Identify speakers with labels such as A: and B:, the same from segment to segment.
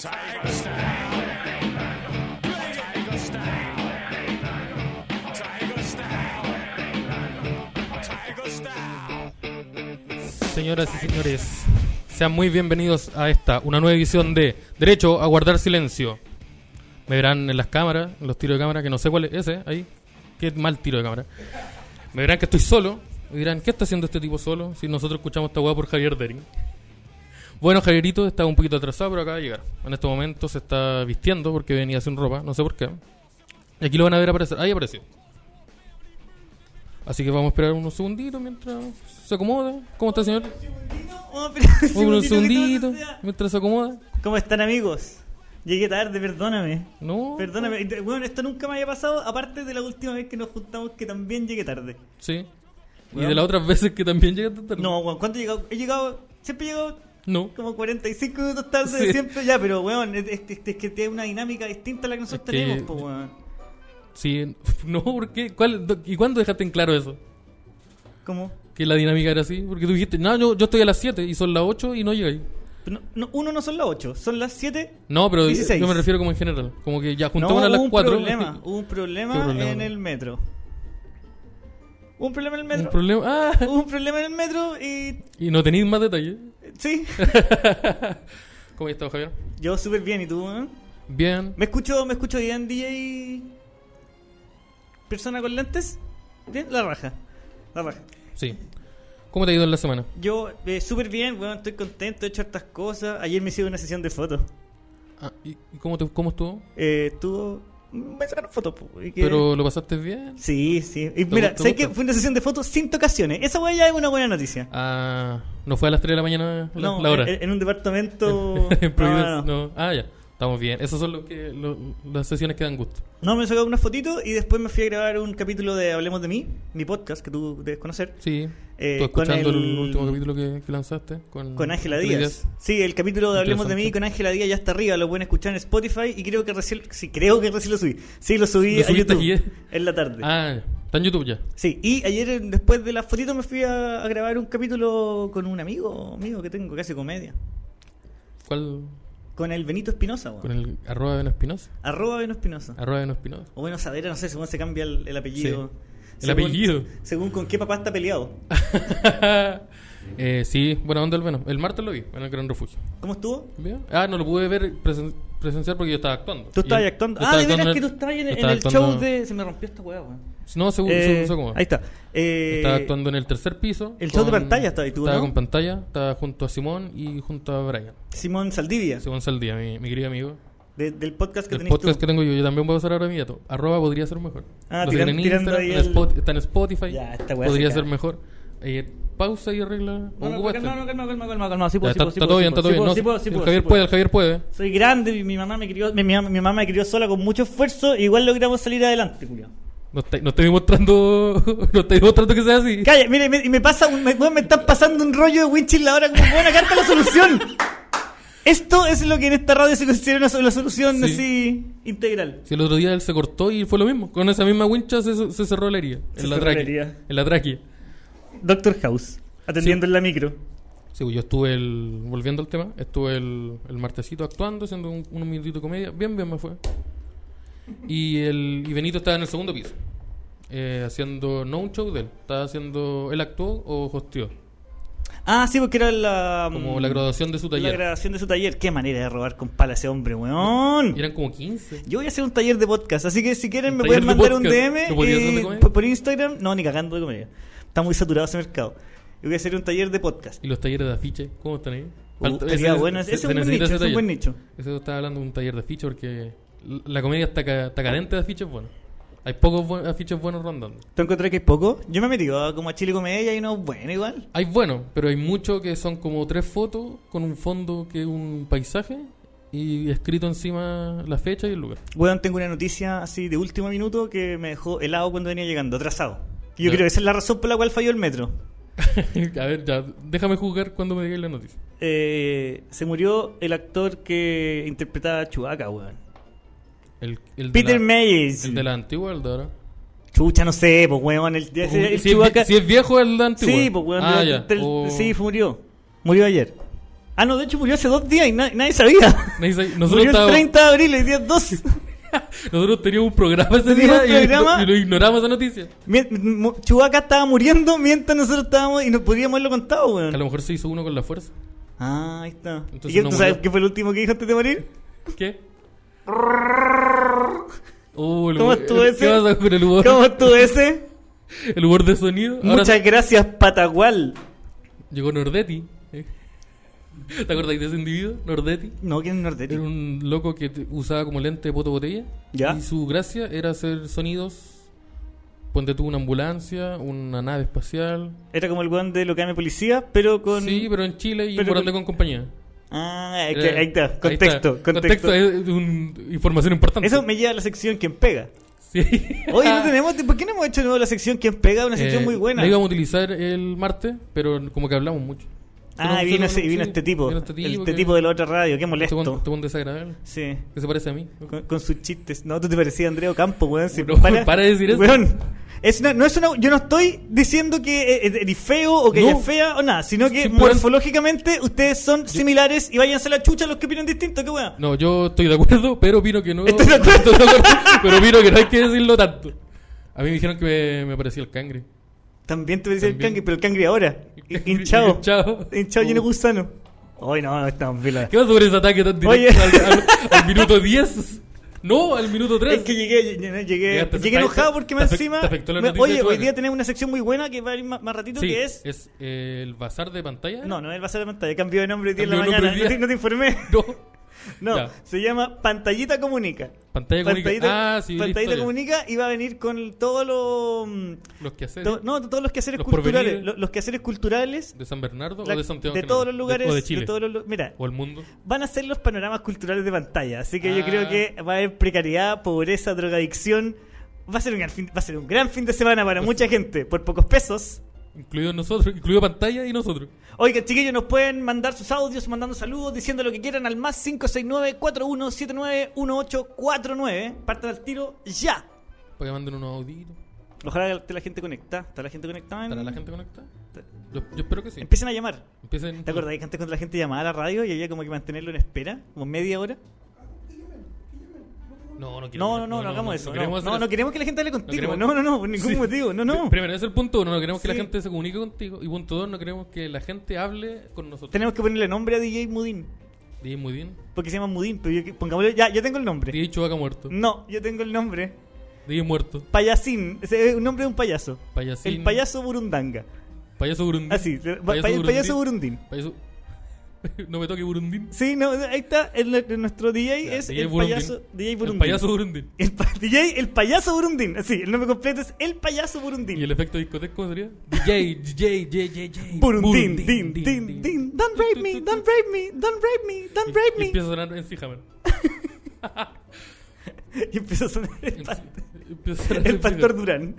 A: Tiger style. Tiger style. Tiger style. Tiger style.
B: Señoras y señores, sean muy bienvenidos a esta, una nueva edición de Derecho a Guardar Silencio. Me verán en las cámaras, en los tiros de cámara, que no sé cuál es ese, ahí. Qué mal tiro de cámara. Me verán que estoy solo. Me dirán, ¿qué está haciendo este tipo solo? Si nosotros escuchamos esta hueá por Javier Dering. Bueno, Javierito está un poquito atrasado, pero acaba de llegar. En este momento se está vistiendo porque venía sin ropa, no sé por qué. Y aquí lo van a ver aparecer. Ahí apareció. Así que vamos a esperar unos segunditos mientras se acomoda. ¿Cómo está, señor?
C: Oh, pero-
B: Un
C: segundito,
B: segundito, mientras se acomoda.
C: ¿Cómo están amigos? Llegué tarde, perdóname.
B: No.
C: Perdóname. Eh, Bueno, esto nunca me había pasado, aparte de la última vez que nos juntamos que también llegué tarde.
B: Sí. Y
C: Weón.
B: de las otras veces que también llegaste tarde.
C: No, weón, ¿cuánto he llegado? He llegado, siempre he llegado
B: No.
C: como 45 minutos tarde,
B: Sí.
C: siempre ya, pero weón, es, es- es- es que tiene una dinámica distinta a la que nosotros
B: Es que-
C: tenemos, pues weón.
B: Sí. No, ¿por qué? ¿Cuál- do- ¿Y cuándo dejaste en claro eso?
C: ¿Cómo?
B: Que la dinámica era así. Porque tú dijiste, no, yo, yo estoy a las 7 y son las 8 y no llegáis.
C: Pero no- no, uno no son las 8, son las 7.
B: No, pero
C: 16.
B: yo me refiero como en general. Como que ya
C: No,
B: juntémonos a las
C: hubo un
B: 4.
C: problema, hubo un problema,
B: ¿Qué problema?
C: en el metro. Hubo un problema en el
B: Un
C: metro.
B: problema. Ah,
C: Hubo un problema en el metro y
B: y no tenéis más detalles.
C: Sí,
B: ¿Cómo has estado, Javier?
C: yo súper bien, ¿y tú? weón?
B: Bien.
C: ¿Me escucho, ¿Me escucho bien, DJ? ¿Persona con lentes? Bien, la raja. La raja.
B: Sí. ¿Cómo te ha ido en la semana?
C: Yo eh, súper bien, bueno, estoy contento, he hecho hartas cosas. Ayer me hice una sesión de fotos.
B: Ah, ¿Y y cómo, te, cómo estuvo?
C: Eh, estuvo... Me sacaron fotos. po, y que-
B: ¿Pero lo pasaste bien?
C: Sí, sí. Y
B: ¿Te
C: mira,
B: gusta,
C: sé
B: gusta?
C: que fue una sesión de fotos sin tocaciones. Esa weá ya es una buena noticia.
B: Ah, ¿No fue a las 3 de la mañana la,
C: no, eh,
B: la hora?
C: En, en un departamento...
B: En
C: no,
B: Providence,
C: no, no.
B: no. Ah, ya. Estamos bien. Esas son lo que, lo- las sesiones que dan gusto.
C: No, me sacado unas fotitos y después me fui a grabar un capítulo de Hablemos de mí, mi podcast que tú debes conocer.
B: Sí.
C: Eh,
B: Estuve
C: con
B: escuchando el...
C: el-
B: último capítulo que, que lanzaste con
C: Con Ángela Díaz. Sí, el capítulo de Hablemos de mí con Ángela Díaz ya está arriba, lo pueden escuchar en Spotify y creo que recién, sí, creo que recién lo subí. Sí, lo subí
B: ¿Lo
C: a
B: subiste
C: YouTube
B: ayer?
C: en la tarde.
B: Ah, ya. está en YouTube ya.
C: Sí, y ayer eh, después de las fotitos me fui a, a grabar un capítulo con un amigo mío que tengo que hace comedia,
B: ¿Cuál?
C: con el Benito Espinosa, weón.
B: Con el arroba Beno Espinosa.
C: arroba Beno Espinosa.
B: Arroba Beno Espinosa.
C: O bueno, Saavedra, no sé, según se cambia el, el apellido.
B: El apellido.
C: Según con qué papá está peleado.
B: eh, sí, bueno, ¿dónde el Beno? El martes lo vi, en el Gran Refugio.
C: ¿Cómo estuvo?
B: ¿Bien? Ah, no lo pude ver presen- presenciar porque yo estaba actuando.
C: Tú
B: Y
C: estabas
B: él-
C: actuando.
B: yo
C: Ah,
B: estaba
C: de veras
B: actuando
C: que tú
B: en-
C: estabas en,
B: yo
C: en
B: estaba
C: el
B: actuando-
C: show de... Se me rompió esta weá, weón.
B: No, seguro,
C: Eh,
B: seguro, seguro.
C: Ahí está. Eh,
B: Estaba actuando en el tercer piso.
C: el show de pantalla estaba ahí tú,
B: Estaba
C: ¿no?
B: con pantalla, estaba junto a Simón y junto a Brian.
C: Simón Saldivia,
B: Simón Saldía, mi, mi querido amigo.
C: de- del podcast que
B: El
C: tenés tú.
B: podcast que tengo yo, yo también voy a usar ahora mi dato. Arroba podría ser mejor.
C: Ah,
B: Lo tienen
C: tiran- tirando
B: Instagram,
C: ahí
B: en
C: el-
B: Spot- está en Spotify.
C: Ya, esta weá
B: podría
C: se
B: ser
C: cae.
B: mejor. Eh, pausa y arregla.
C: No, no,
B: Ocupa
C: calma,
B: este.
C: no, calma, calma, calma, calma. Sí,
B: Ya,
C: puedo, sí,
B: está
C: puedo, sí
B: está todo
C: puedo,
B: bien,
C: sí
B: está todo
C: puedo,
B: bien. No,
C: sí puedo, sí
B: el
C: puedo,
B: Javier
C: sí
B: puede,
C: pues. puedo.
B: el Javier puede.
C: Soy grande, mi, mi mamá me crió, mi, mi- mi mamá me crió sola con mucho esfuerzo, igual logramos salir adelante, Julio.
B: No estáis no estáis mostrando, no estáis mostrando que sea así.
C: Calla, mire, me, y me pasa, un- me, weón, me están pasando un rollo de Winchell la hora como buena carta a la solución. Esto es lo que en esta radio se considera una, so- la solución
B: Sí.
C: así integral.
B: Si el otro día él se cortó y fue lo mismo. Con esa misma wincha se, se cerró la herida.
C: Se
B: En la
C: cerró la
B: tráquea.
C: herida.
B: En la tráquea.
C: Doctor House, atendiendo en la micro.
B: Sí, pues yo estuve el, volviendo al tema, estuve el, el martesito actuando, haciendo un, un minutito de comedia, bien, bien me fue. Y, el, y Benito estaba en el segundo piso, eh, haciendo, no un show de él, estaba haciendo, él actuó o hosteó,
C: Ah, sí, porque era la.
B: como la graduación de su
C: La
B: taller.
C: grabación de su taller. Qué manera de robar con pala ese hombre, weón.
B: Y eran como 15.
C: Yo voy a hacer un taller de podcast, así que si quieren
B: ¿Un
C: me
B: taller
C: pueden
B: de
C: mandar un
B: podcast?
C: DM
B: ¿Lo podrías hacer de
C: y
B: comedia?
C: por, por Instagram. No, ni cagando de comedia. Está muy saturado ese mercado. Yo voy a hacer un taller de podcast.
B: Y los talleres de afiche, ¿cómo están ahí?
C: Uh,
B: Falta-
C: estaría bueno, ese es un buen
B: necesita ese
C: nicho, es un
B: taller.
C: buen nicho.
B: Eso estaba hablando de un taller de afiche porque l- la comedia está, ca- está carente de afiches buenos. Hay pocos buen- afiches buenos rondando.
C: ¿Tú encontrás que es poco? Yo me he metido a- como a Chile Comedia y no, bueno, igual.
B: Hay bueno, pero hay mucho que son como tres fotos con un fondo que es un paisaje y escrito encima la fecha y el lugar.
C: Weón, tengo una noticia así de último minuto que me dejó helado cuando venía llegando, atrasado. Y
B: Ya.
C: yo creo que esa es la razón por la cual falló el metro.
B: a ver, ya, déjame juzgar cuando me digáis la noticia.
C: Eh, se murió el actor que interpretaba a Chewbacca, weón.
B: El, el de
C: Peter
B: la-
C: Mayes.
B: El de la antigua, el de ahora.
C: Chucha, no sé, pues weón, el, ese- el
B: si, es, vie-
C: Chewbacca- pues,
B: si es viejo, el de la antigua.
C: Sí, pues weón,
B: Ah,
C: el-
B: ya.
C: el-
B: O-
C: sí, murió. Murió ayer. Ah, no, de hecho murió hace dos días y na- nadie sabía.
B: Me dice,
C: Murió
B: Nosotros,
C: el
B: estábamos-
C: 30 de abril, el día 2.
B: nosotros teníamos un programa ese
C: Teníamos
B: día
C: un
B: y,
C: programa.
B: y lo ignoramos esa noticia.
C: Mien- mu- Chewbacca estaba muriendo mientras nosotros estábamos y nos podíamos haberlo contado,
B: A lo
C: weón.
B: mejor se hizo uno con la fuerza.
C: Ah, ahí está.
B: Entonces
C: ¿Y qué-
B: no
C: tú sabes
B: murió.
C: qué fue el último que dijo antes de morir?
B: ¿Qué? Oh, el
C: ¿Cómo
B: humor-
C: estuvo ese?
B: ¿Qué pasa con el humor?
C: ¿Cómo estuvo ese?
B: El humor de sonido. Ahora
C: Muchas gracias, Patagual.
B: llegó Nordetti. eh. ¿Te acordás de ese individuo? Nordetti.
C: No, ¿quién es Nordetti?
B: Era un loco que te- usaba como lente de poto botella.
C: Ya.
B: Y su gracia era hacer sonidos. Ponte tú una ambulancia, una nave espacial.
C: Era como el weón de Locame Policía, pero con.
B: Sí, Eh, pero en Chile y
C: pero
B: por ande
C: con-
B: con compañía.
C: Ah, es
B: Era-
C: que ahí está. Contexto, contexto.
B: es un- información importante.
C: Eso me lleva a la sección Quien Pega.
B: Sí.
C: Oye, ¿no tenemos, ¿por qué no hemos hecho de nuevo la sección Quien Pega? Una
B: Ah.
C: sección
B: Eh,
C: muy buena.
B: La íbamos a utilizar el martes, pero como que hablamos mucho.
C: Ah, y
B: Solo-
C: vino,
B: solo-
C: ese- y vino
B: sí,
C: este tipo.
B: vino este tipo
C: el- este
B: que-
C: tipo de la otra radio,
B: Este
C: qué
B: buen-
C: molesto.
B: este buen desagradable.
C: Sí.
B: Que se parece a mí.
C: Con, con sus chistes. No, tú te parecías a Andrea Ocampo, weón. si
B: No, para de decir eso.
C: Weón, es una- no es una, yo no estoy diciendo que eh, eh, eres feo o que
B: No.
C: eres fea o nada, sino que
B: Simplemente-
C: morfológicamente ustedes son similares y váyanse a la chucha los que opinan distinto, qué weón.
B: No, yo estoy de acuerdo, pero opino que no.
C: Estoy de acuerdo.
B: Estoy de acuerdo, pero opino que no hay que decirlo tanto. A mí me dijeron que me, me parecía el cangre.
C: También te parecía el
B: También.
C: cangre, pero el cangre ahora.
B: El cangre
C: Hinchado.
B: hinchado.
C: Hinchado lleno de
B: Uh.
C: gusano. Ay, no, no estamos pila.
B: ¿Qué va sobre ese ataque tan
C: Oye.
B: directo al, al- al minuto 10? No, al minuto 3.
C: Es que llegué, llegué, llegué,
B: Llegaste-
C: llegué enojado
B: te
C: porque más
B: afect-
C: encima.
B: te afectó la
C: me-
B: noticia de
C: oye, hoy
B: Chubaca.
C: día tenemos una sección muy buena que va a ir más, más ratito
B: Sí,
C: que es.
B: es eh, el bazar de pantalla.
C: No, no, él va a ser la pantalla. Cambió de nombre hoy día en la
B: Cambió de nombre
C: mañana.
B: hoy
C: No te,
B: día.
C: no te informé.
B: No.
C: No,
B: Ya.
C: se llama Pantallita Comunica.
B: Pantalla comunica. ah, sí, vi la
C: Pantallita
B: historia.
C: Comunica y va a venir con todos los.
B: Los que hacen
C: to- no, todos los quehaceres
B: Los
C: culturales.
B: porvenires.
C: Los, los quehaceres culturales.
B: de San Bernardo
C: la-
B: o de Santiago.
C: de
B: que no,
C: todos los lugares.
B: o de Chile.
C: todos los lu- mira,
B: O el mundo.
C: van a ser los panoramas culturales de pantalla. Así que yo
B: Ah.
C: creo que va a haber precariedad, pobreza, drogadicción. Va a ser un gran fin, va a ser un gran fin de semana para
B: Pues
C: mucha gente. Por pocos pesos.
B: Incluido nosotros, incluido pantalla y nosotros.
C: Oigan, chiquillos, nos pueden mandar sus audios, mandando saludos, diciendo lo que quieran al más 569-4179-1849. Partan al tiro ya.
B: Para que manden unos auditos.
C: Ojalá esté la gente conectada. ¿Está la gente conectada? en-
B: ¿Estará la gente conectada? Yo, yo espero que sí.
C: Empiecen a llamar.
B: Empiecen.
C: ¿Te acordás que antes cuando la gente llamaba a la radio y había como que mantenerlo en espera? ¿Como media hora?
B: No, no quiero.
C: No, no, no, no, hagamos eso. No, no,
B: queremos hacer
C: no
B: eso.
C: queremos que la gente hable contigo.
B: queremos-
C: No, no, no, por ningún
B: Sí.
C: motivo. No, no.
B: Pr- Primero, ese es el punto uno. No queremos que la
C: Sí.
B: gente se comunique contigo. Y punto dos, no queremos que la gente hable con nosotros.
C: Tenemos que ponerle nombre a DJ Mudin.
B: DJ muy bien.
C: Porque se llama Mudin, pero yo, pongámosle. Ya, yo tengo el nombre.
B: DJ Chubaca muerto.
C: No, yo tengo el nombre.
B: DJ muerto.
C: Payasín. Ese es un nombre de un payaso.
B: Payasín.
C: El Ah, payaso burundanga.
B: Payaso Burundín.
C: Así, pay- payaso, burundín.
B: Payaso- no me toque Burundín.
C: Sí, no, ahí está. el- el- nuestro DJ
B: Ya,
C: es
B: DJ
C: el
B: Burundín.
C: payaso DJ
B: El
C: burundín.
B: payaso Burundín.
C: El pa- DJ, el payaso burundín. Así, el nombre completo es el payaso burundín.
B: ¿Y el efecto discoteca cómo sería? DJ, DJ, DJ, DJ.
C: Burundín, din, din, din, Don't rape me, don't rape me, don't rape me, don't
B: Y-
C: rape
B: y
C: me.
B: Empieza a sonar en Seahammer.
C: Y empieza a sonar el, pa-
B: Empieza a sonar
C: el
B: en
C: pastor
B: Seahammer.
C: Durán.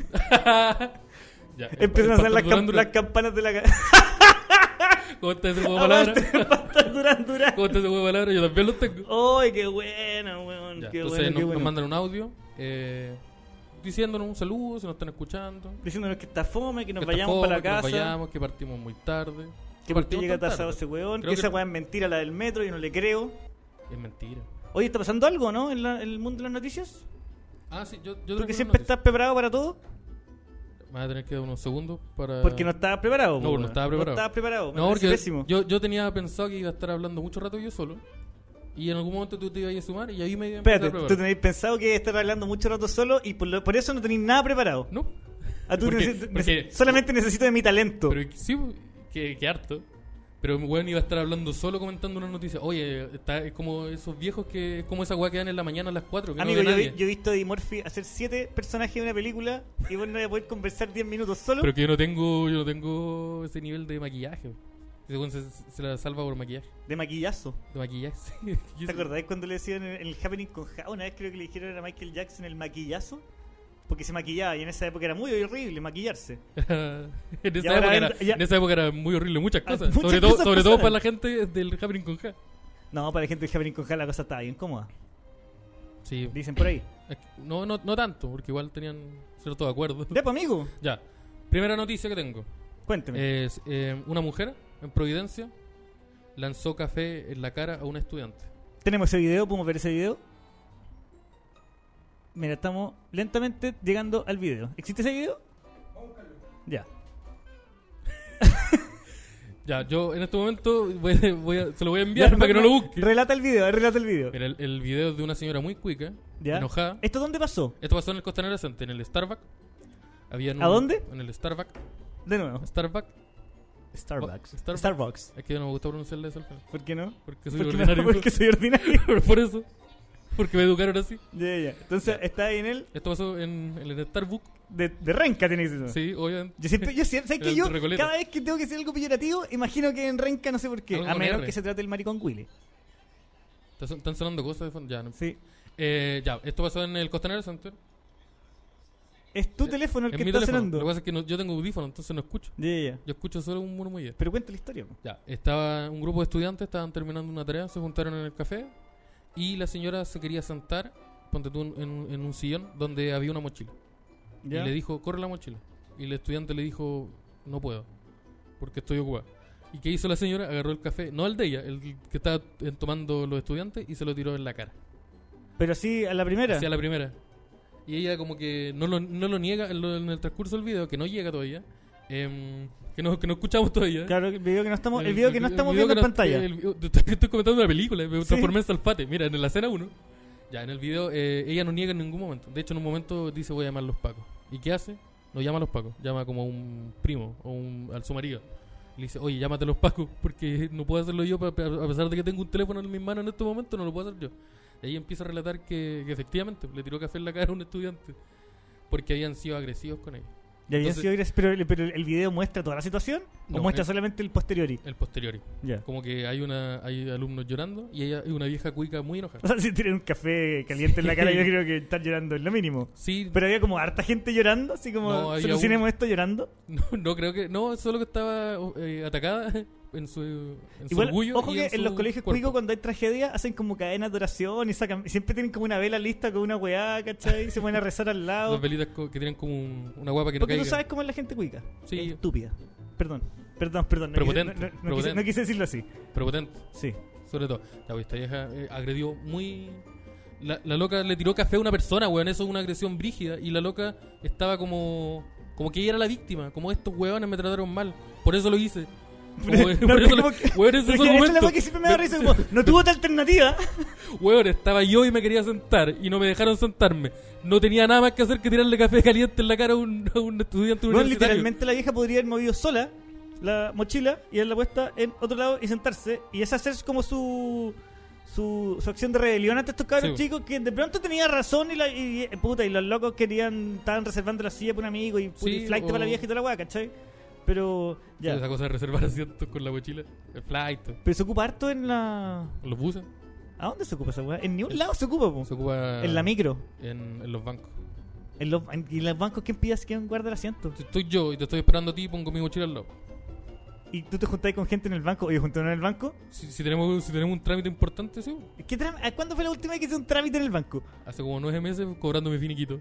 B: Ya, el-
C: Empiezan
B: el
C: a sonar
B: pastor
C: las,
B: Durán,
C: cam-
B: Durán.
C: las campanas de la Ah, ca-
B: ¿Cómo está ese juego de
C: Aguante,
B: palabras?
C: el pastor Durán, Durán.
B: ¿Cómo está ese juego de palabras? Yo también lo tengo.
C: ¡Ay, qué bueno, weón!
B: Ya,
C: qué
B: entonces
C: bueno,
B: nos,
C: qué bueno.
B: nos mandan un audio eh, diciéndonos un saludo si nos están escuchando.
C: Diciéndonos que está fome, que nos
B: que está
C: vayamos
B: fome,
C: para la
B: que nos
C: casa.
B: vayamos, que partimos muy tarde.
C: Que por qué
B: partimos
C: llega
B: tan
C: atrasado
B: tarde.
C: ese weón,
B: Creo
C: que
B: que
C: esa weá es mentira, la del metro, yo no le creo.
B: Es mentira.
C: Oye, está pasando algo, ¿no? En, la- en el mundo de las noticias.
B: Ah, sí, yo, yo tengo
C: Porque
B: una
C: siempre
B: noticia.
C: estás preparado para todo.
B: Me voy a tener que dar unos segundos para.
C: Porque no estabas preparado.
B: Ah. No,
C: weón.
B: no estaba preparado.
C: No estabas preparado. Me
B: No,
C: parece
B: porque
C: pésimo.
B: yo, yo tenía pensado que iba a estar hablando mucho rato yo solo. Y en algún momento tú te ibas a sumar y ahí me iba a empezar
C: Espérate,
B: a
C: tú
B: preparar.
C: tenéis pensado que estar hablando mucho rato solo y por, lo- por eso no tenéis nada preparado.
B: No.
C: Ah, tú
B: Porque-
C: neces-
B: porque-
C: neces- solamente necesito de mi talento.
B: Pero sí, que, que harto. Pero bueno, iba a estar hablando solo comentando una noticia. Oye, está, es como esos viejos que. Es como esa weá que dan en la mañana a las 4. Que
C: Amigo,
B: no ve
C: yo, vi-
B: nadie.
C: yo he visto a Eddie Murphy hacer siete personajes de una película y vos no voy a poder conversar 10 minutos solo.
B: Pero que yo no tengo, yo no tengo ese nivel de maquillaje. Ese weón se, se la salva por maquillaje.
C: De maquillazo.
B: De maquillaje. sí. Yo
C: ¿Te
B: sé-
C: acordáis cuando le decían en el Happening con Ja? Una vez creo que le dijeron a Michael Jackson el maquillazo. Porque se maquillaba y en esa época era muy horrible maquillarse.
B: en,
C: Y
B: esa
C: ahora
B: época
C: entra-
B: era,
C: ya-
B: en esa época era muy horrible muchas
C: Ah,
B: cosas.
C: muchas
B: sobre todo,
C: cosas
B: sobre todo
C: pasaron.
B: para la gente del Happening con K.
C: No, para la gente del Happening con Ja la cosa estaba bien cómoda.
B: Sí.
C: Dicen por ahí.
B: Es que- No, no, no tanto, porque igual tenían cierto acuerdo.
C: Ya, pues, amigo,
B: Ya. Primera noticia que tengo.
C: cuénteme.
B: eh, Es eh, una mujer en Providencia lanzó café en la cara a un estudiante.
C: Tenemos ese video, podemos ver ese video. Mira, estamos lentamente llegando al video. ¿Existe ese video? Ya.
B: Ya, yo en este momento voy a- voy a- se lo voy a enviar para que no lo busque.
C: Relata el video, relata el video.
B: Mira, el, el video es de una señora muy cuica,
C: ¿Ya?
B: enojada.
C: ¿Esto dónde pasó?
B: Esto pasó en el Costanera Center, en el Starbucks. Había en
C: ¿A
B: un-
C: dónde?
B: En el Starbucks.
C: De nuevo.
B: Starbucks.
C: Starbucks.
B: Starbucks.
C: Starbucks.
B: Es que no me gusta pronunciarle eso al final.
C: ¿Por qué no?
B: Porque soy
C: Porque me-
B: ordinario.
C: porque soy ordinario.
B: Pero por eso. Porque me educaron así.
C: Ya, ya. Entonces, está ahí en el
B: Esto pasó en, en el Starbucks.
C: de, de renca, tiene que ser. eso.
B: Sí, obviamente.
C: Ah. Yo siempre, yo siempre, ¿sabes
B: El
C: que yo?
B: Recoleta.
C: Cada vez que tengo que decir algo peyorativo, imagino que en renca no sé por qué.
B: Algo
C: A
B: con
C: menos
B: R.
C: que se trate del maricón Willy.
B: Está son- Están sonando cosas de fondo. Ya, no.
C: Sí.
B: Eh, ya, esto pasó en el Costanera Center.
C: Es tu teléfono el
B: en
C: que
B: mi
C: está
B: teléfono.
C: sonando.
B: Lo que pasa es que no- yo tengo audífono, entonces no escucho.
C: Ya, ya, ya.
B: Yo escucho solo un murmullo.
C: Pero cuenta la historia. po.
B: Ya, estaba un grupo de estudiantes, estaban terminando una tarea, se juntaron en el café y la señora se quería sentar, ponte tú en, un- en un sillón donde había una mochila.
C: Ya.
B: Y le dijo, corre la mochila. Y el estudiante le dijo, no puedo, porque estoy ocupado. ¿Y qué hizo la señora? Agarró el café, no el de ella, el que estaba eh, tomando los estudiantes y se lo tiró en la cara.
C: Pero así, a la primera.
B: Hacia la primera. Y ella como que no lo, no lo niega en, lo- en el transcurso del video, que no llega todavía, em, que, no, que no escuchamos todavía.
C: Claro, el video que no estamos, el video que no estamos
B: video
C: viendo en
B: que no-
C: pantalla.
B: el video- te- te estoy comentando una película, me
C: Sí.
B: transformé en Salfate. Mira, en la escena 1, ya en el video, eh, ella no niega en ningún momento. De hecho, en un momento dice voy a llamar a los pacos. ¿Y qué hace? No llama a los pacos, llama como a un primo o un, al su marido. Y Le dice, oye, llámate a los pacos, porque no puedo hacerlo yo, pa- pa- a pesar de que tengo un teléfono en mis manos en este momento, no lo puedo hacer yo. Y ahí empieza a relatar que, que efectivamente le tiró café en la cara a un estudiante, porque habían sido agresivos con ella.
C: Ya habían
B: entonces-
C: sido agres- pero, el- pero el video muestra toda la situación
B: No,
C: o muestra
B: es-
C: solamente el posteriori.
B: El posterior.
C: Ya.
B: Como que hay una hay alumnos llorando y ella y una vieja cuica muy enojada.
C: O sea, si tienen un café caliente en la cara, yo creo que están llorando es lo mínimo.
B: Sí,
C: Pero había como harta gente llorando, así como
B: No, había
C: solucionemos
B: un-
C: esto llorando.
B: no, no creo que. No, solo que estaba eh, atacada en su, en su
C: Igual,
B: orgullo.
C: ojo
B: y
C: que en,
B: su
C: los colegios
B: cuerpo.
C: cuicos cuando hay tragedia hacen como cadenas de oración y sacan, y siempre tienen como una vela lista con una weá, ¿cachai? Y se ponen a rezar al lado.
B: Las velitas co- que tienen como un- una guapa que no
C: Porque
B: caiga.
C: tú sabes cómo es la gente cuica.
B: Sí.
C: Es Estúpida. Perdón, perdón, perdón. No, quise,
B: Prepotente,
C: no- no- no quise-
B: prepotente.
C: no quise decirlo así.
B: Pero potente,
C: Sí.
B: sobre todo. Ya, pues, esta vieja eh, agredió muy. La, la loca le tiró café a una persona, weón. Eso es una agresión brígida. Y la loca estaba como. Como que ella era la víctima. Como estos weones me trataron mal. Por eso lo hice. Como-
C: Pero- no,
B: por
C: pero
B: eso lo-
C: como que-
B: weón, ese es
C: pero que
B: el
C: esa es la
B: momento.
C: weá que siempre me da risa. como, no tuvo otra alternativa.
B: Weón, estaba yo y me quería sentar y no me dejaron sentarme. No tenía nada más que hacer que tirarle café caliente en la cara a un, a un estudiante
C: Bueno,
B: universitario.
C: literalmente la vieja podría haber movido sola la mochila y haberla puesta en otro lado y sentarse. Y esa es como su, su, su acción de rebelión ante estos cabros
B: Sí.
C: chicos que de pronto tenía razón y, la, y, eh, puta, y los locos querían, estaban reservando la silla para un amigo y, puta, y
B: Sí,
C: flight
B: o-
C: para la vieja y toda la weá, ¿cachai? Pero ya.
B: Esa cosa de reservar asientos con la mochila. El flight,
C: Pero se ocupa harto en la.
B: los buses.
C: ¿A dónde se ocupa esa weá? En ningún lado se ocupa, po.
B: Se ocupa
C: En la micro.
B: en, en los bancos.
C: En los, en, en los bancos, ¿quién pidas quién guarda el asiento?
B: Si estoy yo y te estoy esperando a ti, pongo mi mochila al lado.
C: Y tú te juntás con gente en el banco. Oye, juntaron en el banco.
B: Si, si tenemos, si tenemos un trámite importante, sí.
C: ¿Qué tram- ¿a ¿Cuándo fue la última vez que hice un trámite en el banco?
B: Hace como nueve meses cobrando mi finiquito.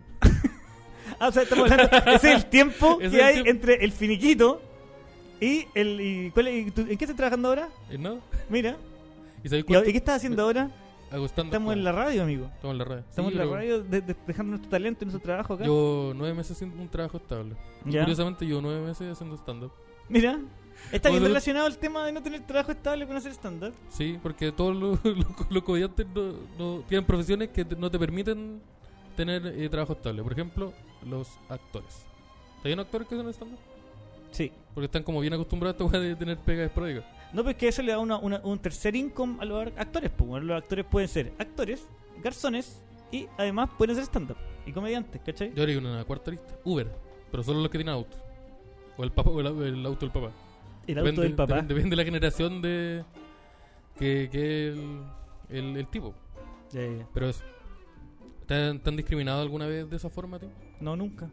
C: Ah, o sea, estamos hablando. ese es el tiempo
B: Ese
C: que
B: es el
C: hay
B: tiempo.
C: entre el finiquito y el. Y, cuál es- y tú- ¿En qué estás trabajando ahora?
B: ¿Eh, ¿No?
C: Mira.
B: ¿Y sabéis
C: ¿Y
B: cuánto?
C: ahora- y qué estás haciendo ahora?
B: Hago stand-up
C: Estamos en la radio, amigo.
B: Estamos en la radio.
C: Estamos
B: Sí,
C: en la
B: pero
C: radio de- de- dejando nuestro talento y nuestro trabajo acá.
B: Llevo nueve meses sin un trabajo estable.
C: Ya.
B: Curiosamente, llevo nueve meses haciendo stand-up.
C: Mira. Está bien
B: Otro-
C: relacionado el tema de no tener trabajo estable con hacer stand-up.
B: Sí, porque todos los, los- los comediantes no, no- tienen profesiones que te- no te permiten tener eh, trabajo estable. Por ejemplo, los actores. ¿Está bien actores que son stand
C: Sí.
B: Porque están como bien acostumbrados a esta weá de tener pegas esporádicas.
C: No, pero es que eso le da una- una- un tercer income a los ar- actores. pues, bueno, los actores pueden ser actores, garzones y además pueden hacer stand-up y comediantes, ¿cachai?
B: Yo haría una cuarta lista. Uber. Pero solo los que tienen auto. O el, papá, o el, au- el auto del papá.
C: el auto del papá.
B: Depende, depende de la generación de... Que, que el, el, el tipo.
C: Ya, ya, ya.
B: Pero eso. ¿Te han, te han discriminado alguna vez de esa forma, tío?
C: No, nunca.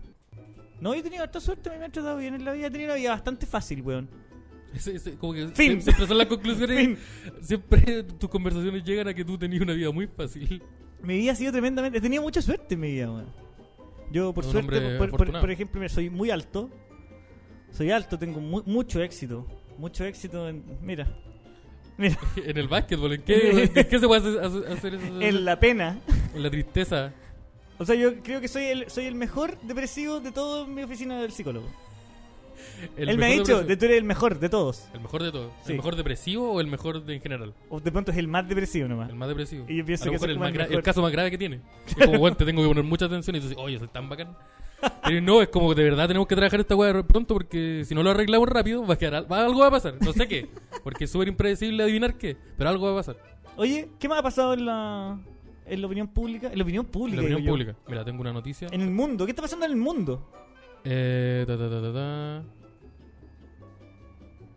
C: No, yo he tenido harta suerte, me he tratado bien en la vida. He tenido una vida bastante fácil, weón.
B: Ese- ese- como que
C: Fin.
B: siempre son las conclusiones
C: Fin.
B: Siempre tus conversaciones llegan a que tú tenías una vida muy fácil.
C: Mi vida ha sido tremendamente. He tenido mucha suerte en mi vida, weón. Yo, por
B: Un
C: suerte,
B: hombre
C: por, por-
B: afortunado.
C: por ejemplo, mira, soy muy alto. Soy alto, tengo mu- mucho éxito. Mucho éxito en. Mira. Mira,
B: en el básquetbol, ¿en qué, en qué se puede hacer, hacer- hacer eso?
C: en la pena.
B: En la tristeza.
C: O sea, yo creo que soy el, soy el mejor depresivo de toda mi oficina del psicólogo. Él me ha
B: mejor
C: dicho,
B: depresivo.
C: de tú eres el mejor de todos.
B: El mejor de todos.
C: Sí.
B: ¿El mejor depresivo o el mejor de, en general?
C: O de pronto es el más depresivo nomás.
B: El más depresivo.
C: Ah. Y yo pienso
B: A lo mejor
C: que ese
B: el,
C: es como
B: más
C: el
B: gra-
C: mejor.
B: el caso más grave que tiene. Es como, bueno, te tengo que poner mucha atención y tú dices, oye, soy tan bacán. Pero no, es como de verdad tenemos que trabajar esta weá pronto porque si no lo arreglamos rápido, va a quedar, al- va- algo va a pasar. No sé qué. Porque es súper impredecible adivinar qué. Pero algo va a pasar.
C: Oye, ¿qué más ha pasado en la, en la opinión pública? En la opinión
B: En
C: pública.
B: la opinión
C: digo yo.
B: pública. Mira, tengo una noticia.
C: En el mundo. ¿Qué está pasando en el mundo?
B: Eh, ta, ta, ta, ta, ta.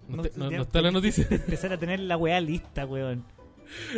B: No,
C: No,
B: te- no-
C: ya
B: no está la noticia.
C: Empezar a tener la weá lista, weón.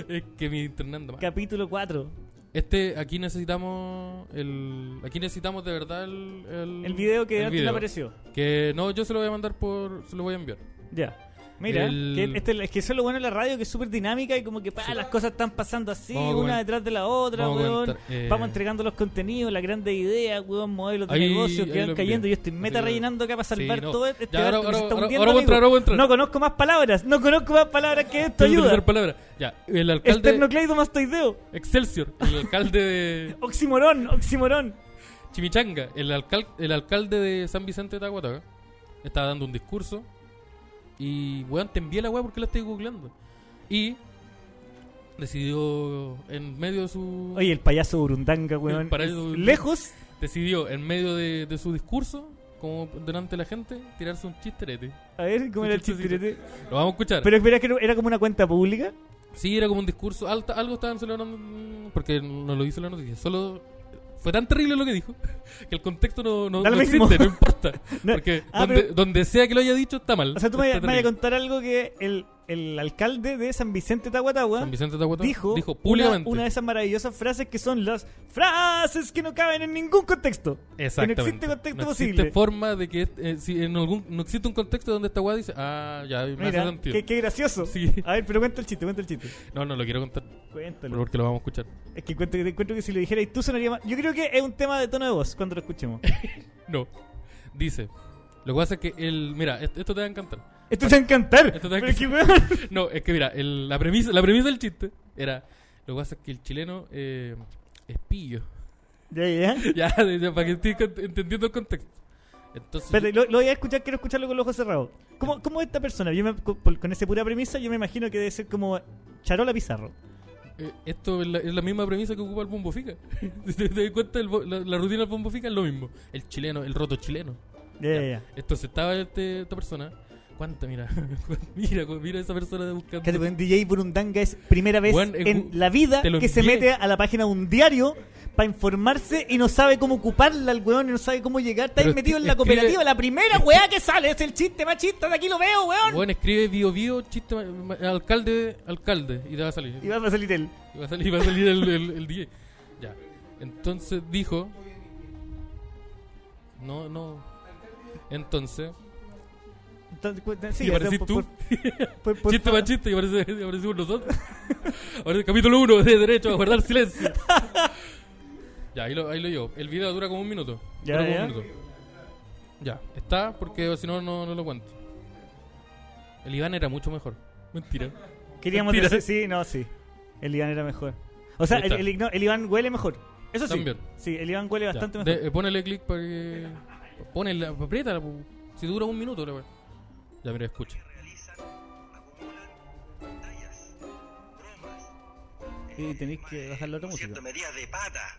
B: es que mi internet
C: Ah.
B: anda mal.
C: Capítulo 4.
B: Este, aquí necesitamos el. Aquí necesitamos de verdad el. El,
C: El video que
B: el
C: antes no
B: video.
C: apareció.
B: Que no, yo se lo voy a mandar por. Se lo voy a enviar.
C: Ya. Mira,
B: El-
C: que este- es que eso es lo bueno de la radio, que es súper dinámica y como que pa, las cosas están pasando así,
B: Vamos a
C: una
B: comen-
C: detrás de la otra,
B: vamos a
C: weón.
B: comentar, eh,
C: Vamos entregando los contenidos, las grandes ideas, weón, modelos de
B: Ahí-
C: negocios
B: ahí
C: que
B: lo
C: van cayendo.
B: envié.
C: Yo estoy
B: Así
C: meta
B: que-
C: rellenando acá para
B: Sí,
C: salvar
B: no.
C: todo este
B: Ya, ahora-
C: barco que se
B: ahora-
C: está
B: ahora-
C: hundiendo,
B: ahora voy a entrar,
C: amigo.
B: ahora voy a entrar.
C: No conozco más palabras, no conozco más palabras que esto
B: Tengo que
C: ayuda.
B: utilizar palabra. Ya, el alcalde.
C: Esternocleidomastoideo,
B: Excelsior, el alcalde de
C: oximorón, oximorón.
B: Chimichanga, el, alcal- el alcalde de San Vicente de Tahuataca, estaba dando un discurso. Y, weón, te envié la weá porque la estoy googleando. Y decidió, en medio de su.
C: Oye, el payaso Burundanga, weón.
B: El payaso
C: es
B: Burundanga.
C: Lejos,
B: decidió en medio de, de su discurso, como delante de la gente, tirarse un chisterete.
C: a ver cómo era el
B: Un chistecito.
C: chistirete.
B: Lo vamos a escuchar.
C: Pero espera, que no- era como una cuenta pública.
B: sí, era como un discurso, alta, algo estaban celebrando, mm, porque no lo hizo la noticia, solo... Fue tan terrible lo que dijo que el contexto no, no,
C: Da lo
B: no
C: mismo.
B: existe, no importa.
C: No,
B: Porque
C: ah,
B: donde,
C: pero-
B: donde sea que lo haya dicho está mal.
C: O sea, tú me,
B: Está
C: me vas a
B: terrible.
C: contar algo que el, el alcalde de San Vicente
B: San
C: Tahuatahua
B: Vicente Tahuatahua
C: dijo,
B: dijo
C: una-
B: públicamente.
C: Una, de esas maravillosas frases que son las frases que no caben en ningún contexto.
B: Exactamente.
C: Que no existe contexto
B: No existe
C: posible.
B: forma de que eh, si en algún no existe un contexto donde esta weá dice, ah, ya me hace
C: Mira,
B: sentido.
C: qué, qué gracioso.
B: Sí.
C: A ver, pero cuenta el chiste, cuenta el chiste.
B: No, no lo quiero contar
C: Cuéntalo.
B: porque lo vamos a escuchar.
C: Es que encuentro, encuentro que si lo dijeras tú sonaría más. Yo creo que es un tema de tono de voz cuando lo escuchemos.
B: No. Dice. Lo que pasa es que el. Mira, est- esto te va a encantar.
C: Esto te va a encantar.
B: Esto te va a
C: Pero que, weón,
B: No, es que mira, el- la, premisa, la premisa del chiste era. Lo que pasa es que el chileno eh, es pillo.
C: Ya, ya. ya.
B: ya, ya, para que estés cont- entendiendo el contexto. Entonces.
C: Espérate, lo, lo voy a escuchar, quiero escucharlo con los ojos cerrados. ¿Cómo, cómo esta persona? Yo me- con, con esa pura premisa, yo me imagino que debe ser como Charola Pizarro.
B: eh, esto es la, es la misma premisa que ocupa el bombo fica. si te, te das cuenta, el bo- la, la rutina del bombo fica es lo mismo. El chileno, el roto chileno.
C: Ya, ya, ya.
B: Entonces estaba este- esta persona. ¿Cuánta? Mira, mira, mira esa persona de buscando.
C: Cállate, weón, DJ Burundanga es primera vez
B: Weón, eh,
C: en
B: gu-
C: la vida
B: te lo
C: que se
B: envié.
C: mete a la página de un diario para informarse y no sabe cómo ocuparla el weón y no sabe cómo llegar. Está ahí
B: Pero
C: metido en la
B: escribe-
C: cooperativa. La primera weá que sale es el chiste machista. De aquí lo veo, weón.
B: Bueno, escribe bio bio, chiste, ma- ma- alcalde, alcalde, y te va a salir.
C: Y va a salir él.
B: Y va a salir, y va a salir el, el, el DJ. Ya. Entonces dijo. No, no. Entonces.
C: Entonces, cu- sí,
B: y aparecí
C: por-
B: tú.
C: por- por- por-
B: chiste más chiste, y aparece- y aparecimos nosotros. Ahora el capítulo 1 de Derecho a Guardar Silencio. ya, ahí lo, ahí lo llevo. El video dura como un minuto.
C: Ya,
B: Dura como
C: ya.
B: un minuto. Ya, está, porque si no, no no lo cuento. El Iván era mucho mejor. Mentira.
C: Queríamos
B: Mentira.
C: decir, sí, no, sí. El Iván era mejor. O sea,
B: Ahí
C: el,
B: está.
C: el igno- el Iván huele mejor. Eso sí.
B: También.
C: Sí, el Iván huele
B: Ya,
C: bastante
B: de-
C: mejor.
B: eh, ponele clic para que. Ponela, apriétala. po. Si dura un minuto, la wea. Ya, mira, escucha. Este
C: Y tenéis que bajar la otra música. Este
D: ¿cierto? medidas Eh, de pata,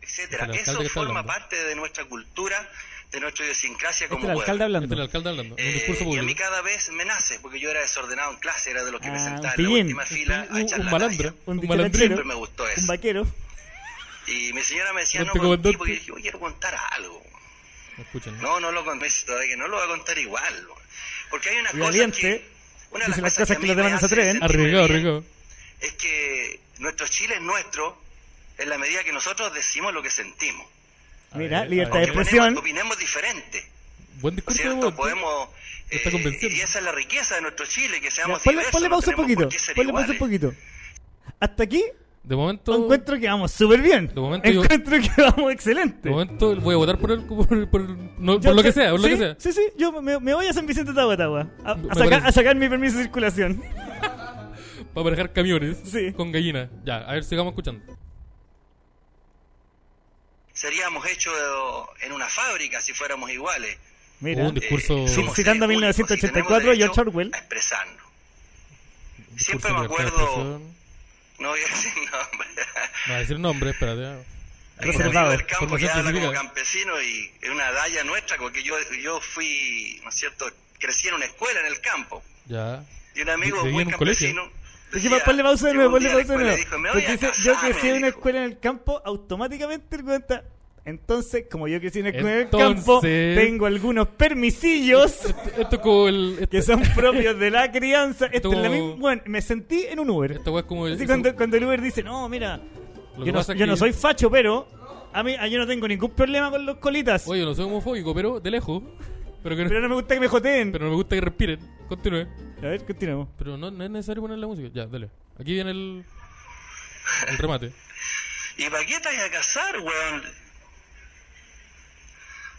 D: etcétera.
B: Es el alcalde
D: Eso
B: que está
D: forma
B: hablando.
D: parte de nuestra cultura, de nuestra idiosincrasia
C: Este
D: como
C: es el alcalde
D: pueblo.
B: Este es el
C: hablando.
B: alcalde hablando. en
D: Eh,
B: un discurso
D: y a mí
B: público.
D: cada vez me nace, porque yo era desordenado en clase, era de los que me
C: Ah,
D: sentaba
C: un
D: en la
C: pillín,
D: última fila
B: Un,
D: a echar
B: un
D: la
B: malandro.
D: talla.
C: Un
B: Un
C: dicharachero.
B: malandro.
D: Siempre me gustó
C: Un
D: eso.
C: vaquero.
D: Y mi señora me decía,
B: Este
D: no conté,
B: comandante.
D: porque yo dije, oye, quiero contar algo.
B: Escuchen.
D: No, no lo conté, todavía que no lo voy a contar igual. Porque hay una
C: Y
D: cosa
C: valiente,
D: que... Una de
C: dice las cosas
D: a
C: que
D: mí
C: los
D: me
C: demás no se
D: hace
C: atreven.
D: sentirme
B: Arriesgado,
D: bien
B: arriesgado.
D: es que nuestro Chile es nuestro en la medida que nosotros decimos lo que sentimos.
B: A
C: Mira,
B: ver,
C: libertad
B: a
C: de
B: ver.
D: Aunque
C: expresión.
D: ponemos- opinemos diferente,
B: Buen
D: ¿no es
B: discurso,
D: ¿cierto?
B: weón.
D: Podemos...
B: Está
D: eh,
B: convenciendo.
D: y esa es la riqueza de nuestro Chile, que
C: Ya,
D: seamos
C: ponle,
D: diversos,
C: ponle
D: no
C: pausa un
D: tenemos
C: poquito.
D: por qué ser
C: Ponle pausa un
D: iguales.
C: poquito. Hasta aquí
B: De momento.
C: encuentro que vamos súper bien.
B: De momento yo-
C: encuentro que vamos excelente.
B: De momento voy a votar por él. Por, por- no,
C: Yo-
B: por lo que sea, por
C: ¿sí?
B: lo que sea.
C: Sí, sí, yo me, me voy a San Vicente Tahuatahua a, a
B: Me
C: sacar-
B: parece.
C: a sacar mi permiso de circulación.
B: para manejar camiones
C: Sí.
B: con gallinas. Ya, a ver, sigamos escuchando.
D: Seríamos hechos en una fábrica si fuéramos iguales. Eh,
C: Mira.
B: Oh, un discurso.
D: somos seres
C: Citando
D: únicos y
C: 1984,
D: tenemos derecho
C: George Orwell.
D: A expresarnos.
B: un discurso
D: Siempre
B: de
D: me
B: libertad de
D: acuerdo.
B: expresión.
D: No voy a decir nombre.
B: No, a decir nombre, espérate.
D: Hay un
C: Reservado,
D: amigo del campo que
B: formación
D: habla como
B: científica.
D: campesino y es una daya nuestra, porque yo, yo fui, ¿no es cierto? Crecí en una escuela en el campo.
B: Ya.
D: Y un amigo
B: Vivía
D: muy
B: en un
D: campesino.
C: Es que
D: decía-
C: ponle pausa de nuevo,
D: llegó un
C: ponle
D: día a
C: pausa
D: la
C: de
D: escuela
C: nuevo.
D: y dijo, "Me voy a
C: Porque dice, yo
D: casar",
C: crecí en
D: me
C: una
D: dijo.
C: escuela en el campo, automáticamente el weón está. Entonces, como yo crecí en una escuela en el
B: Entonces-
C: campo, tengo algunos permisillos
B: Esto es como el. Esto,
C: que son propios de la crianza. Esto es la
B: Tú-
C: misma. Bueno, me sentí en un Uber.
B: esta weá es como el.
C: Así cuando, cuando el Uber dice, no, mira,
B: Lo
C: yo,
B: que
C: no,
B: pasa es
C: yo no
B: que-
C: soy facho, pero a mí a- yo no tengo ningún problema con los colitas.
B: Oye, no soy homofóbico, pero de lejos. Pero, que no,
C: Pero
B: pero,
C: no me gusta que me joteen.
B: no me gusta que respiren. Continúe.
C: A ver, continuemos.
B: Pero no, no es necesario poner la música. Ya, dale. Aquí viene el. El remate.
D: ¿Y para qué estás a casar, weón?